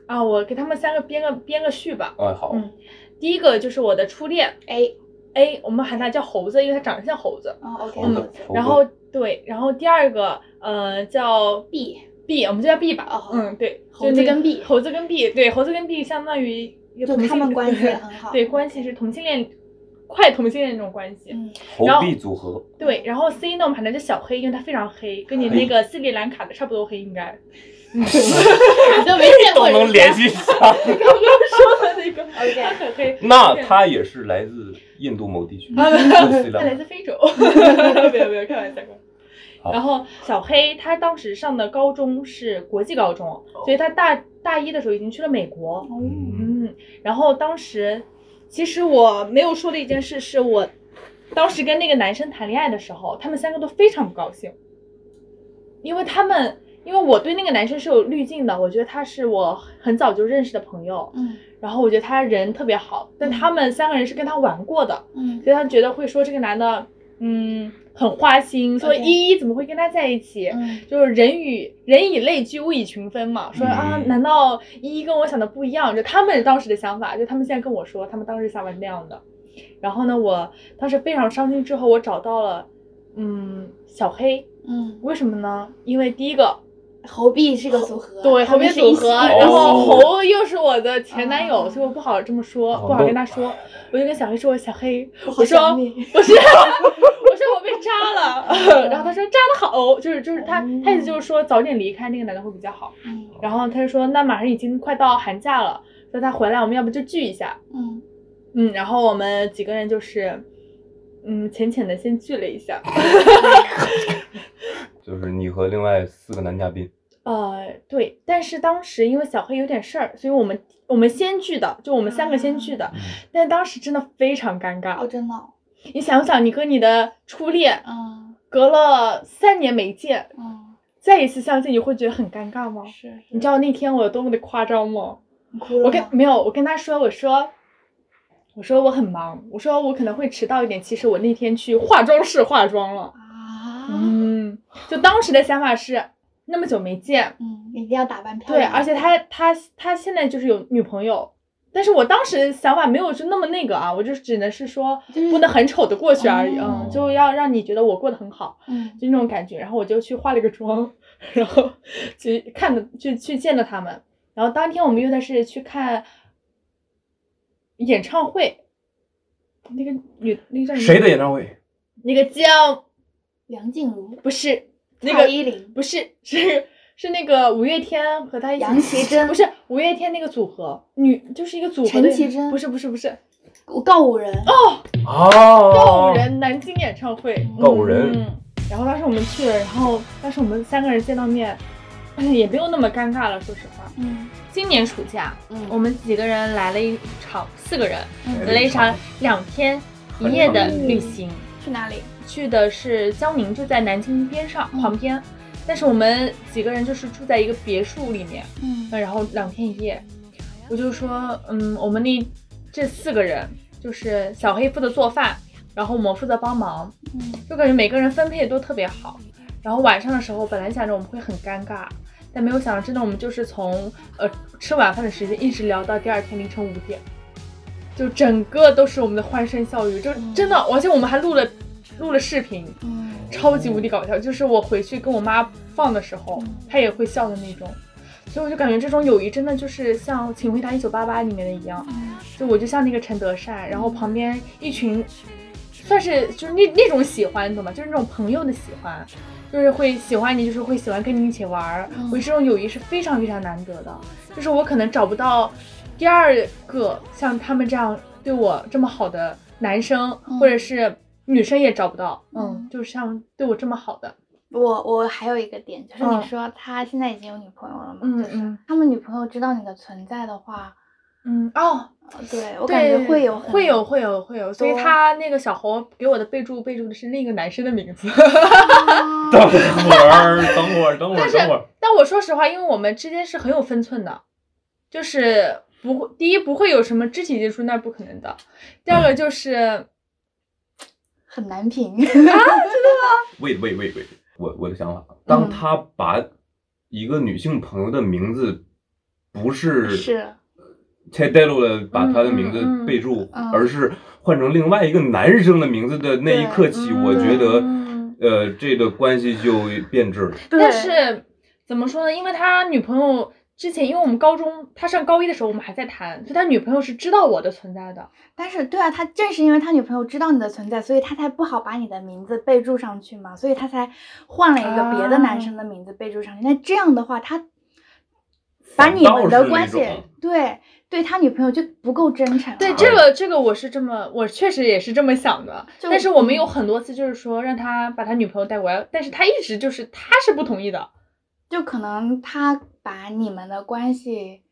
Speaker 3: 啊，我给他们三个编个编个序吧。
Speaker 1: 哎好，
Speaker 3: 嗯，第一个就是我的初恋
Speaker 2: A，
Speaker 3: A，我们喊他叫猴子，因为他长得像猴子。
Speaker 2: 哦，OK，
Speaker 1: 猴子
Speaker 2: 猴子
Speaker 1: 猴子
Speaker 3: 然后对，然后第二个呃叫
Speaker 2: B，
Speaker 3: B，我们就叫 B 吧。
Speaker 2: 哦
Speaker 3: 嗯，对，
Speaker 2: 猴子
Speaker 3: 就那个
Speaker 2: 跟 B
Speaker 3: 猴子跟 B，对，猴子跟 B 相当于一个
Speaker 2: 就
Speaker 3: 同性
Speaker 2: 他们关系
Speaker 3: 对
Speaker 2: 也很好。
Speaker 3: 对，关系是同性恋，快同性恋那种关系。
Speaker 2: 嗯
Speaker 1: 猴
Speaker 3: 然后
Speaker 1: 币组合，
Speaker 3: 对，然后 C 呢，我们喊它叫小黑，因为它非常黑，跟你那个斯里兰卡的差不多黑，应该。
Speaker 2: 你都没见过人家
Speaker 1: 系上。
Speaker 3: 刚刚说的那个，
Speaker 2: OK
Speaker 3: 它 很黑。
Speaker 1: 那他也是来自印度某地区，
Speaker 3: 啊
Speaker 1: 斯里
Speaker 3: 他来
Speaker 1: 兰
Speaker 3: 自非洲， 没有没有，开玩笑。开玩笑
Speaker 1: 好
Speaker 3: 然后小黑他当时上的高中是国际高中，所以他大大一的时候已经去了美国。
Speaker 2: 哦
Speaker 1: 嗯
Speaker 3: 嗯，然后当时其实我没有说的一件事是我当时跟那个男生谈恋爱的时候，他们三个都非常不高兴，因为他们因为我对那个男生是有滤镜的，我觉得他是我很早就认识的朋友，
Speaker 2: 嗯
Speaker 3: 然后我觉得他人特别好，但他们三个人是跟他玩过的，
Speaker 2: 嗯
Speaker 3: 所以他觉得会说这个男的，嗯，很花心，说
Speaker 2: OK
Speaker 3: 依依怎么会跟他在一起？
Speaker 2: 嗯
Speaker 3: 就是人与人以类聚，物以群分嘛。说啊，
Speaker 1: 嗯
Speaker 3: 难道依依跟我想的不一样？就他们当时的想法，就他们现在跟我说，他们当时想法是那样的。然后呢，我当时非常伤心，之后我找到了，嗯，小黑，
Speaker 2: 嗯，
Speaker 3: 为什么呢？因为第一个
Speaker 2: 猴 B 是个组合，
Speaker 3: 对，
Speaker 2: 他
Speaker 3: 猴
Speaker 2: 们
Speaker 3: 变
Speaker 2: 是一
Speaker 3: 组
Speaker 2: 起
Speaker 3: 合，
Speaker 2: 的
Speaker 3: 然后
Speaker 1: 哦
Speaker 3: 猴又是我的前男友，
Speaker 2: 哦
Speaker 3: 所以我不好这么说，
Speaker 1: 哦
Speaker 3: 不好跟他
Speaker 1: 那
Speaker 3: 说。我就跟小黑说：“小黑，
Speaker 2: 我啊好
Speaker 3: 我说
Speaker 2: 想你嗯
Speaker 3: 我说我说我被扎了。”然后他说：“扎的好，就是就是他
Speaker 2: 哦
Speaker 3: 他意思就是说早点离开那个男的会比较好。”
Speaker 2: 嗯
Speaker 3: 然后他就说：“那马上已经快到寒假了，说他回来我们要不就聚一下。”
Speaker 2: 嗯，
Speaker 3: 嗯，然后我们几个人就是。嗯，浅浅的先聚了一下，
Speaker 1: 就是你和另外四个男嘉宾，
Speaker 3: 呃，对，但是当时因为小黑有点事儿，所以我们我们先聚的，就我们三个先聚的，
Speaker 1: 嗯
Speaker 3: 但当时真的非常尴
Speaker 2: 哦，
Speaker 3: 尬。
Speaker 2: 真的哦，
Speaker 3: 你想想，你跟你的初恋
Speaker 2: 嗯
Speaker 3: 隔了三年没见，
Speaker 2: 嗯，
Speaker 3: 再一次相见，你会觉得很尴尬吗？
Speaker 2: 是，
Speaker 3: 你知道那天我有多么的夸张吗？
Speaker 2: 你哭了
Speaker 3: 我跟
Speaker 2: 吗？
Speaker 3: 没有，我跟他说，我说，我说我很忙，我说我可能会迟到一点。其实我那天去化妆室化妆了。
Speaker 2: 啊，
Speaker 3: 嗯，就当时的想法是，那么久没见，
Speaker 2: 嗯，一定要打扮漂
Speaker 3: 对，
Speaker 2: 亮。
Speaker 3: 而且他他他现在就是有女朋友。但是我当时想法没有就那么那个啊，我就只能是说
Speaker 2: 就是
Speaker 3: 不能很丑的过去而已，
Speaker 2: 哦
Speaker 3: 嗯，就要让你觉得我过得很好，
Speaker 2: 嗯
Speaker 3: 就那种感觉。然后我就去化了个妆，然后去看的去去见了他们。然后当天我们约的是去看演唱会，那个女那个叫什么
Speaker 5: 谁的？演唱会？
Speaker 3: 那个叫
Speaker 2: 梁静茹、
Speaker 3: 不是那
Speaker 2: 蔡
Speaker 3: 个
Speaker 2: 依林，
Speaker 3: 不是是是那个五月天和他一起
Speaker 2: 杨奇珍
Speaker 3: 不是五月天那个组合女就是一个组合
Speaker 2: 陈
Speaker 3: 的
Speaker 2: 绮贞
Speaker 3: 不是不是不是
Speaker 2: 我告五人哦，
Speaker 3: 告
Speaker 5: 哦
Speaker 3: 五，人南京演唱会
Speaker 1: 告五人
Speaker 3: 嗯，然后当时我们去了，然后当时我们三个人见到面， 也没有那么尴尬了，说实话。
Speaker 2: 嗯
Speaker 3: 今年暑假，
Speaker 2: 嗯
Speaker 3: 我们几个人来了一场，四个人来了
Speaker 1: 雷
Speaker 3: 一场两天一夜的旅行，
Speaker 2: 去哪里？
Speaker 3: 去的是江宁，就在南京边上
Speaker 2: 嗯
Speaker 3: 旁边。但是我们几个人就是住在一个别墅里面，
Speaker 2: 嗯
Speaker 3: 然后两天一夜，我就说，嗯，我们那这四个人就是小黑负责做饭，然后我们负责帮忙，
Speaker 2: 嗯，
Speaker 3: 就感觉每个人分配都特别好。然后晚上的时候，本来想着我们会很尴尬，但没有想到，真的我们就是从呃吃晚饭的时间一直聊到第二天凌晨五点，就整个都是我们的欢声笑语，就真的，而且我们还录了录了视频，
Speaker 2: 嗯
Speaker 3: 超级无敌搞笑。就是我回去跟我妈放的时候，她也会笑的那种。所以我就感觉这种友谊真的就是像《请回答嗯一九八八》里面的一样，就我就像那个陈德善，然后旁边一群算是就是那那种喜欢，你懂吗？就是那种朋友的喜欢，就是会喜欢你，就是会喜欢跟你一起玩儿。
Speaker 2: 嗯
Speaker 3: 我觉得这种友谊是非常非常难得的，就是我可能找不到第二个像他们这样对我这么好的男生，
Speaker 2: 嗯
Speaker 3: 或者是女生也找不到。
Speaker 2: 嗯，
Speaker 3: 就是像对我这么好的，
Speaker 2: 我我还有一个点，就是
Speaker 3: 嗯
Speaker 2: 你说他现在已经有女朋友了嘛，就是
Speaker 3: 嗯
Speaker 2: 他们女朋友知道你的存在的话，
Speaker 3: 嗯哦，
Speaker 2: 呃对我
Speaker 3: 对
Speaker 2: 感觉会有很
Speaker 3: 会有会有会有，所以
Speaker 2: 多
Speaker 3: 他那个小猴给我的备注备注的是另一个男生的名字。
Speaker 2: 啊
Speaker 1: 等会儿，等会儿，等会
Speaker 3: 但
Speaker 1: 儿，
Speaker 3: 是
Speaker 1: 等会儿。，
Speaker 3: 但我说实话，因为我们之间是很有分寸的，就是不会，第一不会有什么肢体接触，那不可能的。第二个就是，
Speaker 2: 很难 评。
Speaker 1: wait wait wait wait，我我的想法，当
Speaker 2: 嗯
Speaker 1: 他把一个女性朋友的名字不是
Speaker 2: 是
Speaker 1: t e d e l 的把他的名
Speaker 3: 嗯嗯
Speaker 1: 字
Speaker 3: 嗯
Speaker 1: 备注，
Speaker 2: 嗯
Speaker 1: 而是换成另外一个男生的名字的那一刻起，
Speaker 3: 对
Speaker 1: 我觉得
Speaker 3: 嗯
Speaker 1: 呃这个关系就变质了。
Speaker 3: 但是怎么说呢？因为他女朋友之前，因为我们高中，他上高一的时候我们还在谈，所以他女朋友是知道我的存在的。
Speaker 2: 但是对啊，他正是因为他女朋友知道你的存在，所以他才不好把你的名字备注上去嘛，所以他才换了一个别
Speaker 3: 啊
Speaker 2: 的男生的名字备注上去。那这样的话，他把
Speaker 1: 反
Speaker 2: 你
Speaker 1: 倒
Speaker 2: 们
Speaker 1: 是
Speaker 2: 的
Speaker 1: 那
Speaker 2: 关系
Speaker 1: 种
Speaker 2: 对对他女朋友就不够真诚了。
Speaker 3: 对这个，这个我是这么，我确实也是这么想的。
Speaker 2: 就
Speaker 3: 但是我们有很多次就是说让他把他女朋友带过来，但是他一直就是他是不同意的。
Speaker 2: 就可能他把你们的关系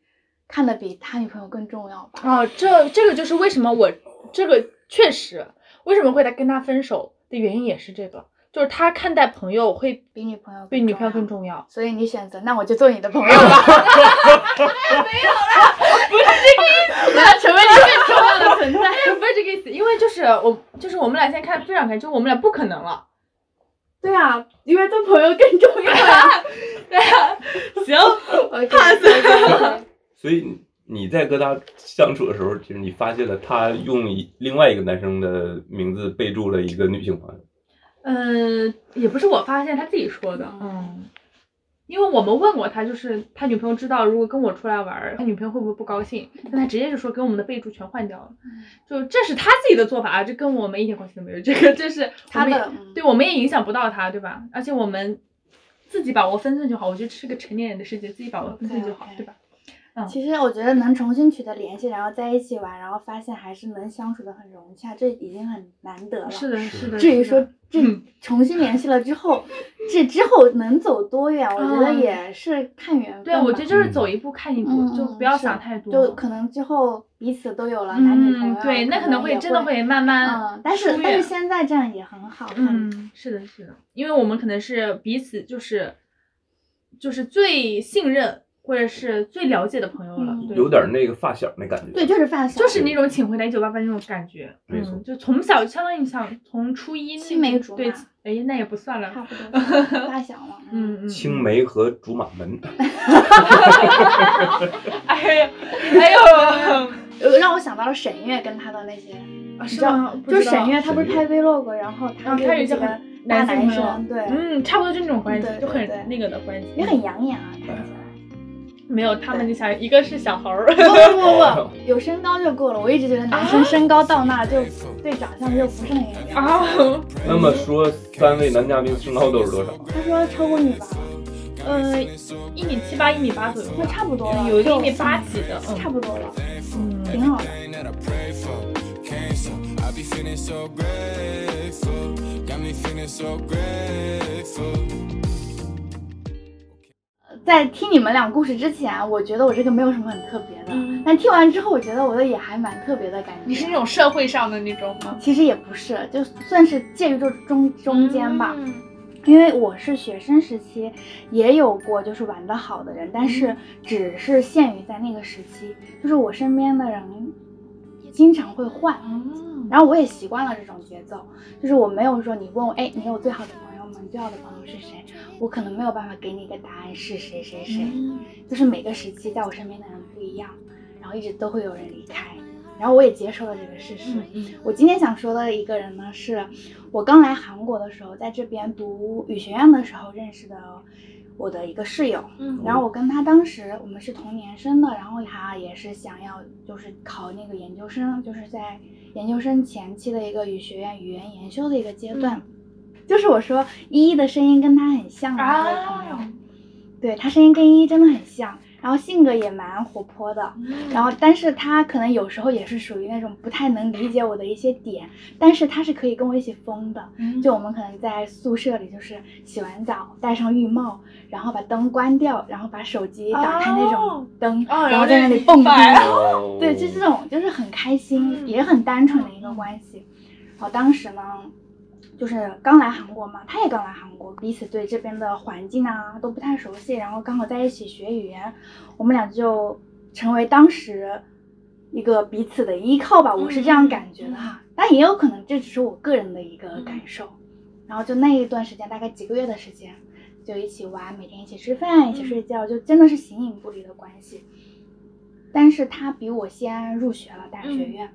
Speaker 2: 看得比他女朋友更重要吧。
Speaker 3: 哦，这这个就是为什么我这个确实为什么会来跟他分手的原因也是这个，就是他看待朋友会
Speaker 2: 比女朋友
Speaker 3: 比
Speaker 2: 更
Speaker 3: 女
Speaker 2: 重
Speaker 3: 朋友更
Speaker 2: 要
Speaker 3: 重要。
Speaker 2: 所以你选择，那我就做你的朋友吧。没有啦，不是这个意思，我要成 为你更重要的存在。
Speaker 3: 哎， 不是这个意思，因为就是我就是我们俩现在看非常看，就我们俩不可能了。
Speaker 2: 对啊，因为做朋友更重要呀。
Speaker 3: 对啊， 行，
Speaker 2: 怕死。
Speaker 1: 所以你在跟他相处的时候，其实你发现了他用一另外一个男生的名字备注了一个女性朋友。
Speaker 3: 嗯、也不是我发现他自己说的，嗯。因为我们问过他，就是他女朋友知道，如果跟我出来玩儿，他女朋友会不会不高兴？
Speaker 2: 嗯
Speaker 3: 但他直接就说给我们的备注全换掉了，就这是他自己的做法啊，这跟我们一点关系都没有。这个这是
Speaker 2: 他
Speaker 3: 我们也
Speaker 2: 的嗯
Speaker 3: 对，我们也影响不到他，对吧？而且我们自己把握分寸就好，我觉得这是个成年人的世界，自己把握分寸就好
Speaker 2: OK，OK
Speaker 3: 对吧？
Speaker 2: 其实我觉得能重新取得联系，然后在一起玩，然后发现还是能相处的很融洽，这已经很难得了。
Speaker 3: 是的，是的。
Speaker 2: 至于
Speaker 3: 是的
Speaker 2: 说这重新联系了之后，这之后能走多远，我觉得
Speaker 3: 嗯
Speaker 2: 也是看缘分吧。
Speaker 3: 对，我觉得就是走一步看一步，
Speaker 2: 嗯
Speaker 3: 就
Speaker 2: 嗯
Speaker 3: 不要
Speaker 2: 是
Speaker 3: 想太多。
Speaker 2: 就可能之后彼此都有了男女朋
Speaker 3: 嗯
Speaker 2: 友，，啊
Speaker 3: 对，那可能
Speaker 2: 会
Speaker 3: 真的
Speaker 2: 会，
Speaker 3: 会慢慢
Speaker 2: 嗯，，但是但是
Speaker 3: 现
Speaker 2: 现在这样也很好，很，
Speaker 3: 嗯，是的，是的，因为我们可能是彼此就是就是最信任或者是最了解的朋友了
Speaker 2: 嗯，
Speaker 3: 对
Speaker 1: 有点那个发小那感觉。
Speaker 2: 对，就是发小，
Speaker 3: 就是那种请回答一九八八那种感觉，
Speaker 1: 没错
Speaker 3: 嗯，就从小相当于你想从初一那
Speaker 2: 青梅
Speaker 3: 个
Speaker 2: 竹
Speaker 3: 对
Speaker 2: 马，
Speaker 3: 哎那也不算了，
Speaker 2: 差不多 发小嘛，
Speaker 3: 嗯嗯，
Speaker 1: 青
Speaker 3: 嗯，
Speaker 1: 梅和竹马门，
Speaker 3: 哎呀，哎 呦，
Speaker 2: 呃，让我想到了沈月跟他的那些，
Speaker 3: 啊
Speaker 2: 你
Speaker 3: 是
Speaker 2: 知道
Speaker 3: 吗？不
Speaker 2: 就是
Speaker 3: 知
Speaker 2: 沈
Speaker 3: 道
Speaker 2: 月，她不是
Speaker 1: 沈
Speaker 2: 拍
Speaker 1: 月
Speaker 2: vlog，然后
Speaker 3: 啊
Speaker 2: 她
Speaker 3: 她有一
Speaker 2: 几
Speaker 3: 些
Speaker 2: 个
Speaker 3: 很
Speaker 2: 大男
Speaker 3: 男性朋友
Speaker 2: 生，对，
Speaker 3: 嗯，差不多就那种关系
Speaker 2: 对，对
Speaker 3: 就很
Speaker 2: 对
Speaker 3: 那个的关系，
Speaker 2: 也很养眼啊，
Speaker 3: 嗯
Speaker 2: 看起来。
Speaker 3: 没有他们，你想一个是小猴儿，
Speaker 2: 不不不 不，有身高就够了。我一直觉得男生身高到那儿就对长相就不是很有要求。
Speaker 3: 啊，
Speaker 1: 那么说三位男嘉宾身高都是多少？
Speaker 2: 他说超过你吧，
Speaker 3: 呃，一米七八，一米八左右，嗯
Speaker 2: 那差不多了，
Speaker 3: 有一个
Speaker 2: 就
Speaker 3: 一米八几的，嗯
Speaker 2: 差不多了，
Speaker 3: 嗯
Speaker 2: 挺好的。
Speaker 4: everything that I pray for came so I be feeling so grateful got me feeling so grateful
Speaker 2: 在听你们俩故事之前，我觉得我这个没有什么很特别的
Speaker 3: 嗯，
Speaker 2: 但听完之后，我觉得我的也还蛮特别的感觉。
Speaker 3: 你是那种社会上的那种吗？
Speaker 2: 其实也不是，就算是介于这中中间吧，
Speaker 3: 嗯，
Speaker 2: 因为我是学生时期也有过就是玩的好的人，但
Speaker 3: 嗯
Speaker 2: 是只是限于在那个时期，就是我身边的人经常会换，
Speaker 3: 嗯
Speaker 2: 然后我也习惯了这种节奏，就是我没有说你问我，哎，你有最好的朋友吗？你最好的朋友是谁？我可能没有办法给你一个答案是谁谁谁，就是每个时期在我身边的人不一样，然后一直都会有人离开，然后我也接受了这个事实。
Speaker 3: 嗯
Speaker 2: 我今天想说的一个人呢，是我刚来韩国的时候，在这边读语学院的时候认识的我的一个室友，
Speaker 3: 嗯
Speaker 2: 然后我跟他当时我们是同年生的，然后他也是想要就是考那个研究生，就是在研究生前期的一个语学院语言研修的一个阶
Speaker 3: 嗯
Speaker 2: 段。就是我说依依的声音跟他很像的那位朋友，
Speaker 3: 啊
Speaker 2: 对他声音跟依依真的很像，然后性格也蛮活泼的。
Speaker 3: 嗯
Speaker 2: 然后，但是他可能有时候也是属于那种不太能理解我的一些点，但是他是可以跟我一起疯的。
Speaker 3: 嗯
Speaker 2: 就我们可能在宿舍里，就是洗完澡，戴上浴帽，然后把灯关掉，然后把手机打开那种
Speaker 3: 哦
Speaker 2: 灯，
Speaker 3: 哦
Speaker 2: 然后在那里
Speaker 3: 然后
Speaker 2: 蹦迪。
Speaker 3: 在那
Speaker 1: 哦
Speaker 2: 对，就这种就是很开心，
Speaker 3: 嗯
Speaker 2: 也很单纯的一个关系。我当时呢，就是刚来韩国嘛，他也刚来韩国，彼此对这边的环境啊都不太熟悉，然后刚好在一起学语言，我们俩就成为当时一个彼此的依靠吧，我是这样感觉的哈。但也有可能这只是我个人的一个感受。然后就那一段时间，大概几个月的时间，就一起玩，每天一起吃饭，一起睡觉，就真的是形影不离的关系。但是他比我先入学了大
Speaker 3: 嗯
Speaker 2: 学院，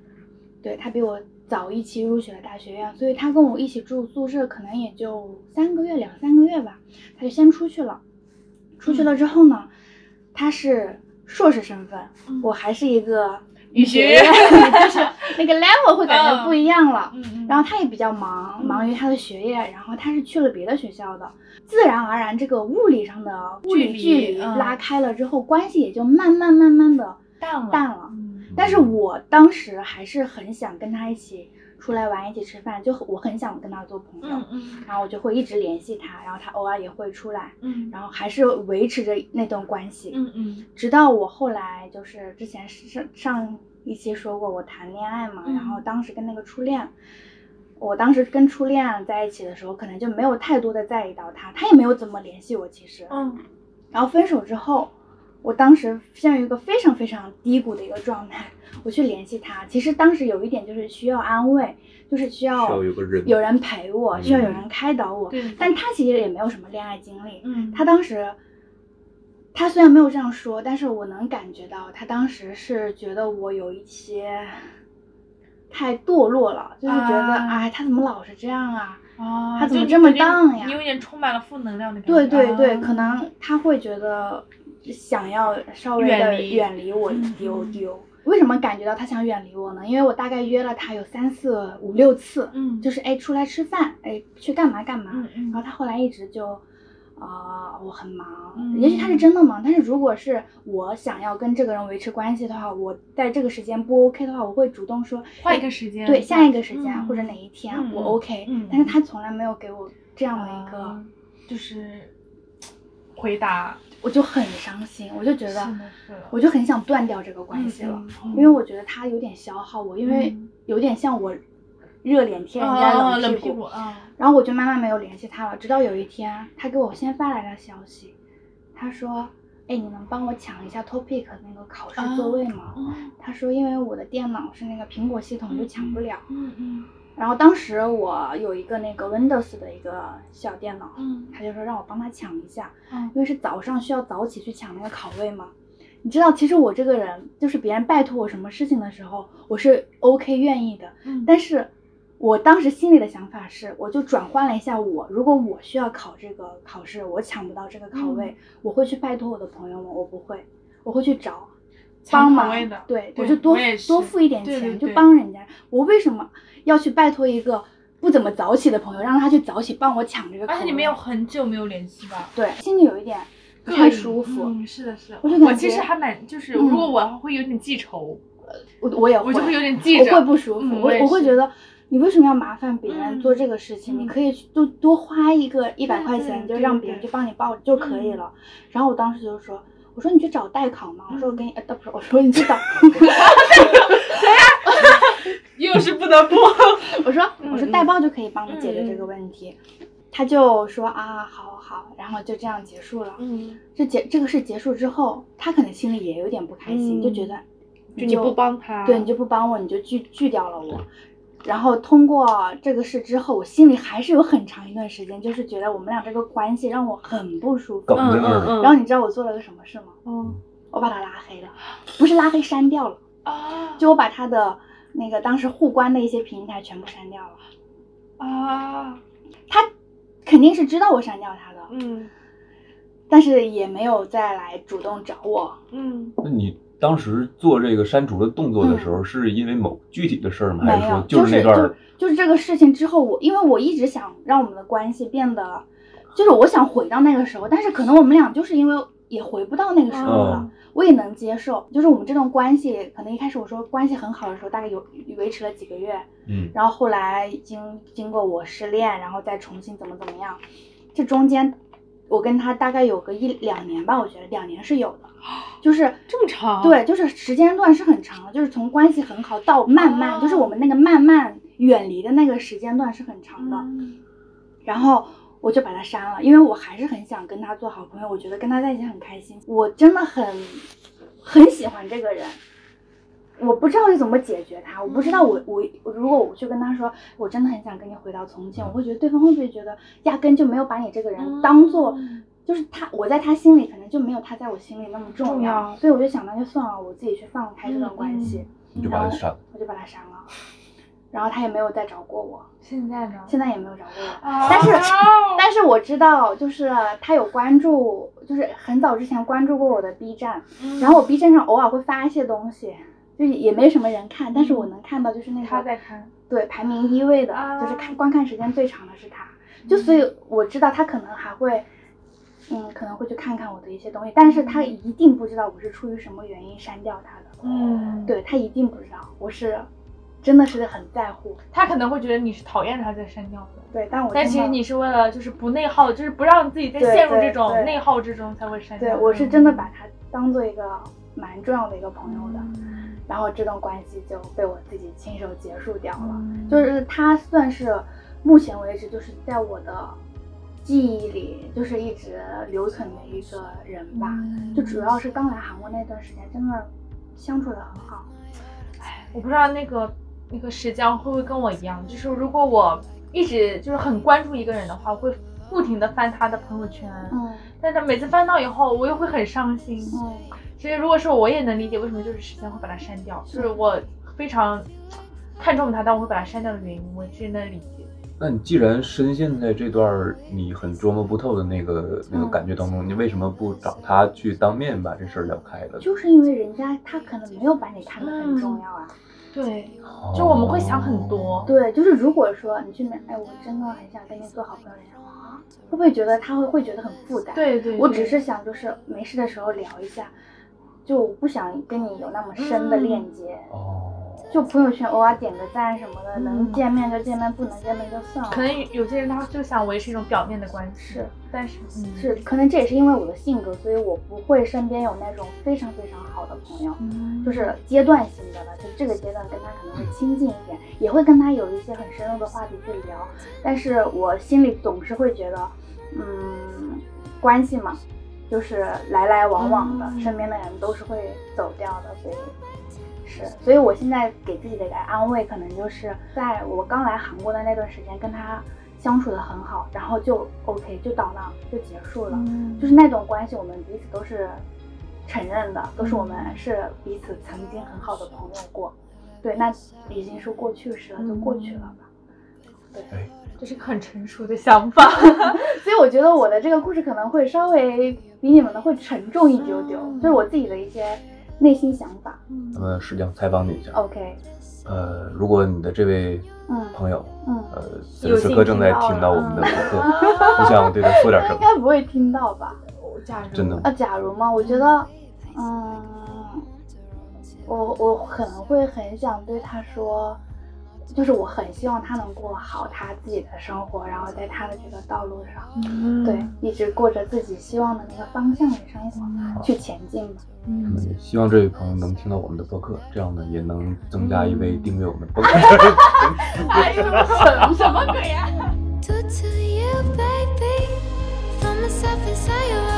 Speaker 2: 对他比我早一期入学了大学院，所以他跟我一起住宿舍，可能也就三个月、两三个月吧，他就先出去了。出
Speaker 3: 嗯
Speaker 2: 去了之后呢，他是硕士身份，
Speaker 3: 嗯
Speaker 2: 我还是一个
Speaker 3: 语学院
Speaker 2: 就是那 个 level 会感觉
Speaker 3: 嗯
Speaker 2: 不一样了。
Speaker 3: 嗯嗯，
Speaker 2: 然后他也比较忙，
Speaker 3: 嗯
Speaker 2: 忙于他的学业，然后他是去了别的学校的，自然而然这个物理上的物理
Speaker 3: 离
Speaker 2: 距离
Speaker 3: 嗯
Speaker 2: 拉开了之后，关系也就慢慢慢慢的
Speaker 3: 淡了嗯
Speaker 2: 淡了。但是我当时还是很想跟他一起出来玩，一起吃饭，就我很想跟他做朋友，
Speaker 3: 嗯嗯
Speaker 2: 然后我就会一直联系他，然后他偶尔也会出来，
Speaker 3: 嗯，
Speaker 2: 然后还是维持着那段关系。
Speaker 3: 嗯嗯
Speaker 2: 直到我后来就是之前上上一期说过我谈恋爱嘛，
Speaker 3: 嗯
Speaker 2: 然后当时跟那个初恋，我当时跟初恋在一起的时候，可能就没有太多的在意到他，他也没有怎么联系我其实。
Speaker 3: 嗯
Speaker 2: 然后分手之后，我当时陷入一个非常非常低谷的一个状态，我去联系他，其实当时有一点就是需要安慰，就是需要
Speaker 1: 需要有个人
Speaker 2: 有人陪我，
Speaker 1: 嗯
Speaker 2: 需要有人开导我，
Speaker 3: 对
Speaker 2: 但他其实也没有什么恋爱经历，
Speaker 3: 嗯，
Speaker 2: 他当时，他虽然没有这样说，但是我能感觉到他当时是觉得我有一些太堕落了，就是觉得
Speaker 3: 啊
Speaker 2: 哎，他怎么老是这样啊？
Speaker 3: 哦
Speaker 2: 他怎么
Speaker 3: 就
Speaker 2: 这么
Speaker 3: 你感觉
Speaker 2: 荡呀
Speaker 3: 你有点充满了负能量的感
Speaker 2: 对
Speaker 3: 觉。
Speaker 2: 对对，
Speaker 3: 啊
Speaker 2: 可能他会觉得想要稍微
Speaker 3: 远
Speaker 2: 的
Speaker 3: 离
Speaker 2: 远离我一
Speaker 3: 嗯
Speaker 2: 丢
Speaker 3: 嗯
Speaker 2: 丢。为什么感觉到他想远离我呢？因为我大概约了他有三四五六次，
Speaker 3: 嗯，
Speaker 2: 就是是哎出来吃饭，哎去干嘛干嘛，
Speaker 3: 嗯嗯
Speaker 2: 然后他后来一直就，啊、我很忙，
Speaker 3: 嗯
Speaker 2: 也许他是真的忙，但是如果是我想要跟这个人维持关系的话，我在这个时间不 OK 的话，我会主动说
Speaker 3: 换一
Speaker 2: 哎
Speaker 3: 个时间，
Speaker 2: 对下一个时间、
Speaker 3: 嗯
Speaker 2: 或者哪一天、
Speaker 3: 嗯
Speaker 2: 我
Speaker 3: 嗯
Speaker 2: OK，、
Speaker 3: 嗯
Speaker 2: 但是他从来没有给我这样的一个，
Speaker 3: 啊就是回答，
Speaker 2: 我就很伤心，我就觉得
Speaker 3: 是的是的
Speaker 2: 我就很想断掉这个关系了，
Speaker 3: 嗯嗯
Speaker 2: 因为我觉得他有点消耗我，因为
Speaker 3: 嗯
Speaker 2: 有点像我热脸贴人家
Speaker 3: 啊
Speaker 2: 冷
Speaker 3: 冷
Speaker 2: 屁股。
Speaker 3: 股啊，
Speaker 2: 然后我就慢慢没有联系他了，直到有一天，他给我先发来了消息，他说：“哎，你能帮我抢一下 Topic 那个考试座位吗？”
Speaker 3: 嗯
Speaker 2: 他说：“因为我的电脑是那个苹果系统，就抢不了。
Speaker 3: 嗯嗯
Speaker 2: 然后当时我有一个那个 Windows 的一个小电脑，
Speaker 3: 嗯
Speaker 2: 他就说让我帮他抢一下，
Speaker 3: 嗯
Speaker 2: 因为是早上需要早起去抢那个考位嘛。你知道，其实我这个人，就是别人拜托我什么事情的时候，我是 OK 愿意的，
Speaker 3: 嗯，
Speaker 2: 但是我当时心里的想法是，我就转换了一下我，如果我需要考这个考试，我抢不到这个考位，
Speaker 3: 嗯
Speaker 2: 我会去拜托我的朋友吗？我不会，我会去找
Speaker 3: 抢
Speaker 2: 帮
Speaker 3: 口
Speaker 2: 忙
Speaker 3: 味的，
Speaker 2: 对
Speaker 3: 对
Speaker 2: 我就多
Speaker 3: 我也是
Speaker 2: 多付一点钱
Speaker 3: 对对
Speaker 2: 就
Speaker 3: 对
Speaker 2: 帮人家。我为什么要去拜托一个不怎么早起的朋友，让他去早起帮我抢这个考
Speaker 3: 而
Speaker 2: 位？
Speaker 3: 且你们有很久没有联系吧？
Speaker 2: 对，心里有一点不太舒服，
Speaker 3: 嗯，是的，是的。
Speaker 2: 我就
Speaker 3: 我
Speaker 2: 感
Speaker 3: 其
Speaker 2: 觉
Speaker 3: 实还蛮，就是
Speaker 2: 嗯
Speaker 3: 如果我会有点记仇，
Speaker 2: 我我也
Speaker 3: 我就会有点记
Speaker 2: 我会
Speaker 3: 着。
Speaker 2: 不舒服，
Speaker 3: 嗯
Speaker 2: 我
Speaker 3: 我也
Speaker 2: 我会
Speaker 3: 是
Speaker 2: 觉得你为什么要麻烦别人
Speaker 3: 嗯
Speaker 2: 做这个事情？你
Speaker 3: 嗯
Speaker 2: 可以去多多花一个一百
Speaker 3: 对
Speaker 2: 块
Speaker 3: 对
Speaker 2: 钱，就
Speaker 3: 对
Speaker 2: 让
Speaker 3: 对
Speaker 2: 别人
Speaker 3: 对嗯
Speaker 2: 去帮你报就可以了。然后我当时就说。我说你去找代考嘛，我说我给你，呃，不是，我说你 去找，
Speaker 3: 嗯又是 不得不，
Speaker 2: 我说我说
Speaker 3: 嗯
Speaker 2: 代报就可以帮你解决这个问题，他就说啊，好好，然后就这样结束了。
Speaker 3: 嗯，
Speaker 2: 这结这个事结束之后，他可能心里也有点不开心，就觉
Speaker 3: 嗯
Speaker 2: 得
Speaker 3: 就你不帮他，
Speaker 2: 对你就不帮我，你就拒拒掉了我。然后通过这个事之后，我心里还是有很长一段时间，就是觉得我们俩这个关系让我很不舒服
Speaker 1: 梗。
Speaker 3: 嗯
Speaker 1: 在那儿
Speaker 3: 嗯
Speaker 1: 了。
Speaker 3: 嗯，
Speaker 2: 然后你知道我做了个什么事吗？
Speaker 3: 嗯
Speaker 2: 我把他拉黑了，不是拉黑删掉了，
Speaker 3: 啊
Speaker 2: 就我把他的那个当时互关的一些平台全部删掉了。
Speaker 3: 啊
Speaker 2: 他肯定是知道我删掉他的，
Speaker 3: 嗯
Speaker 2: 但是也没有再来主动找我。
Speaker 3: 嗯，
Speaker 1: 那你当时做这个删除的动作的时候，是因为某具体的事儿吗？还
Speaker 2: 嗯
Speaker 1: 是
Speaker 2: 没有
Speaker 1: 说，就是
Speaker 2: 是
Speaker 1: 那段儿
Speaker 2: 就就是这个事情之后，我因为我一直想让我们的关系变得，就是我想回到那个时候，但是可能我们俩就是因为也回不到那个时候了，
Speaker 1: 嗯
Speaker 2: 我也能接受。就是我们这段关系，可能一开始我说关系很好的时候，大概有维持了几个月，
Speaker 1: 嗯
Speaker 2: 然后后来经经过我失恋，然后再重新怎么怎么样，这中间我跟他大概有个一两年吧，我觉得两年是有的，就是
Speaker 3: 啊这么长，，
Speaker 2: 对，就是时间段是很长的，就是从关系很好到慢慢，就是
Speaker 3: 哦
Speaker 2: 我们那个慢慢远离的那个时间段是很长的。
Speaker 3: 嗯
Speaker 2: 然后我就把他删了，因为我还是很想跟他做好朋友，我觉得跟他在一起很开心，我真的很很喜欢这个人。我不知道要怎么解决他，我不知道
Speaker 3: 嗯
Speaker 2: 我我我如果我去跟他说，我真的很想跟你回到从前，我会觉得对方会不会觉得压根就没有把你这个人当做
Speaker 3: 嗯
Speaker 2: 就是他，我在他心里可能就没有他在我心里那么重
Speaker 3: 重
Speaker 2: 要，
Speaker 3: 要嗯
Speaker 2: 所以我就想那就算了，我自己去放开这段关系，
Speaker 1: 你就把
Speaker 2: 嗯
Speaker 1: 它删了。
Speaker 2: 我就把他删了，然后他也没有再找过我，
Speaker 3: 现在呢？
Speaker 2: 现在也没有找过我，
Speaker 3: 啊
Speaker 2: 但 是但是我知道就是他有关注，就是很早之前关注过我的 B 站，
Speaker 3: 嗯
Speaker 2: 然后我 B 站上偶尔会发一些东西，就是也没什么人看，但是我能看到就是那个
Speaker 3: 嗯他在看，
Speaker 2: 对排名一位的，
Speaker 3: 啊嗯
Speaker 2: 就是看观看时间最长的是他，就所以我知道他可能还会，嗯，可能会去看看我的一些东西，但是他一定不知道我是出于什么原因删掉他的，
Speaker 3: 嗯，，
Speaker 2: 对他一定不知道，我是真的是很在乎，
Speaker 3: 他可能会觉得你是讨厌他在删掉的。
Speaker 2: 对，但我
Speaker 3: 但
Speaker 2: 真
Speaker 3: 其实
Speaker 2: 的
Speaker 3: 你是为了就是不内耗，就是不让自己再
Speaker 2: 对
Speaker 3: 陷入
Speaker 2: 对
Speaker 3: 这种
Speaker 2: 对
Speaker 3: 内耗之中才会删掉。
Speaker 2: 对我是真的把他当做一个蛮重要的一个朋友的，
Speaker 3: 嗯
Speaker 2: 然后这段关系就被我自己亲手结束掉了。
Speaker 3: 嗯
Speaker 2: 就是他算是目前为止就是在我的记忆里就是一直留存的一个人吧。
Speaker 3: 嗯
Speaker 2: 就主要是刚来韩国那段时间，真的相处的很好。
Speaker 3: 我不知道那个那个石江会不会跟我一样，就是如果我一直就是很关注一个人的话，我会不停的翻他的朋友圈，
Speaker 2: 嗯
Speaker 3: 但他每次翻到以后，我又会很伤心。
Speaker 2: 嗯，
Speaker 3: 其实如果是我也能理解为什么就是石江会把它删掉，就是我非常看重他，但我会把它删掉的原因，我真的理解。
Speaker 1: 那你既然深陷在这段儿你很琢磨不透的那个那个
Speaker 2: 嗯
Speaker 1: 感觉当中，你为什么不找他去当面把这事儿聊开了？
Speaker 2: 就是因为人家他可能没有把你看得很
Speaker 3: 嗯
Speaker 2: 重要啊。
Speaker 3: 对，就我们会想很
Speaker 1: 哦
Speaker 3: 多。
Speaker 2: 对，就是如果说你去面，哎，我真的很想跟你做好朋友，人家啊会不会觉得他会会觉得很负担？
Speaker 3: 对对，
Speaker 2: 我只
Speaker 3: 对
Speaker 2: 是想就是没事的时候聊一下，就不想跟你有那么深的
Speaker 3: 嗯
Speaker 2: 链接。
Speaker 1: 哦。
Speaker 2: 就朋友圈偶尔点个赞什么的，
Speaker 3: 嗯
Speaker 2: 能见面就见面，不能见面就算了。
Speaker 3: 可能有些人他就想维持一种表面的关系，
Speaker 2: 是，
Speaker 3: 但是、嗯、
Speaker 2: 是，可能这也是因为我的性格，所以我不会身边有那种非常非常好的朋友，
Speaker 3: 嗯，
Speaker 2: 就是阶段性的吧，就这个阶段跟他可能会亲近一点，也会跟他有一些很深入的话题去聊，但是我心里总是会觉得，嗯，关系嘛，就是来来往往的，
Speaker 3: 嗯
Speaker 2: 身边的人都是会走掉的，所以是，所以我现在给自己的一个安慰，可能就是在我刚来韩国的那段时间，跟他相处的很好，然后就 OK，就到那儿就结束了，
Speaker 3: 嗯
Speaker 2: 就是那种关系，我们彼此都是承认的，都是我们是彼此曾经很好的朋友过，对，那已经是过去式了，就过去了吧。
Speaker 3: 这是个很成熟的想法，
Speaker 2: 所以我觉得我的这个故事可能会稍微比你们的会沉重一丢丢，
Speaker 3: 嗯
Speaker 2: 就是我自己的一些内心想法。
Speaker 1: 那么石匠采访你一下，
Speaker 2: OK，
Speaker 1: 呃，如果你的这位
Speaker 2: 哦嗯
Speaker 1: 朋友，
Speaker 2: 嗯，
Speaker 1: 呃，此时此刻正在听到我们的播客，你
Speaker 3: 啊
Speaker 1: 想对他说点
Speaker 2: 他
Speaker 1: 什么？
Speaker 2: 应 该不会听到吧？
Speaker 3: 我假如
Speaker 1: 真的吗
Speaker 2: 啊，假如嘛，我觉得，嗯，我我可能会很想对他说，就是我很希望他能过好他自己的生活，然后在他的这个道路上，
Speaker 3: 嗯
Speaker 2: 对，一直过着自己希望的那个方向去生活，去前进吧。
Speaker 1: 嗯
Speaker 3: 嗯，
Speaker 1: 希望这位朋友能听到我们的播客，这样呢也能增加一位订阅我们播客的人。
Speaker 3: 哎呦，什么鬼呀、
Speaker 5: Do to you, baby. Find myself inside your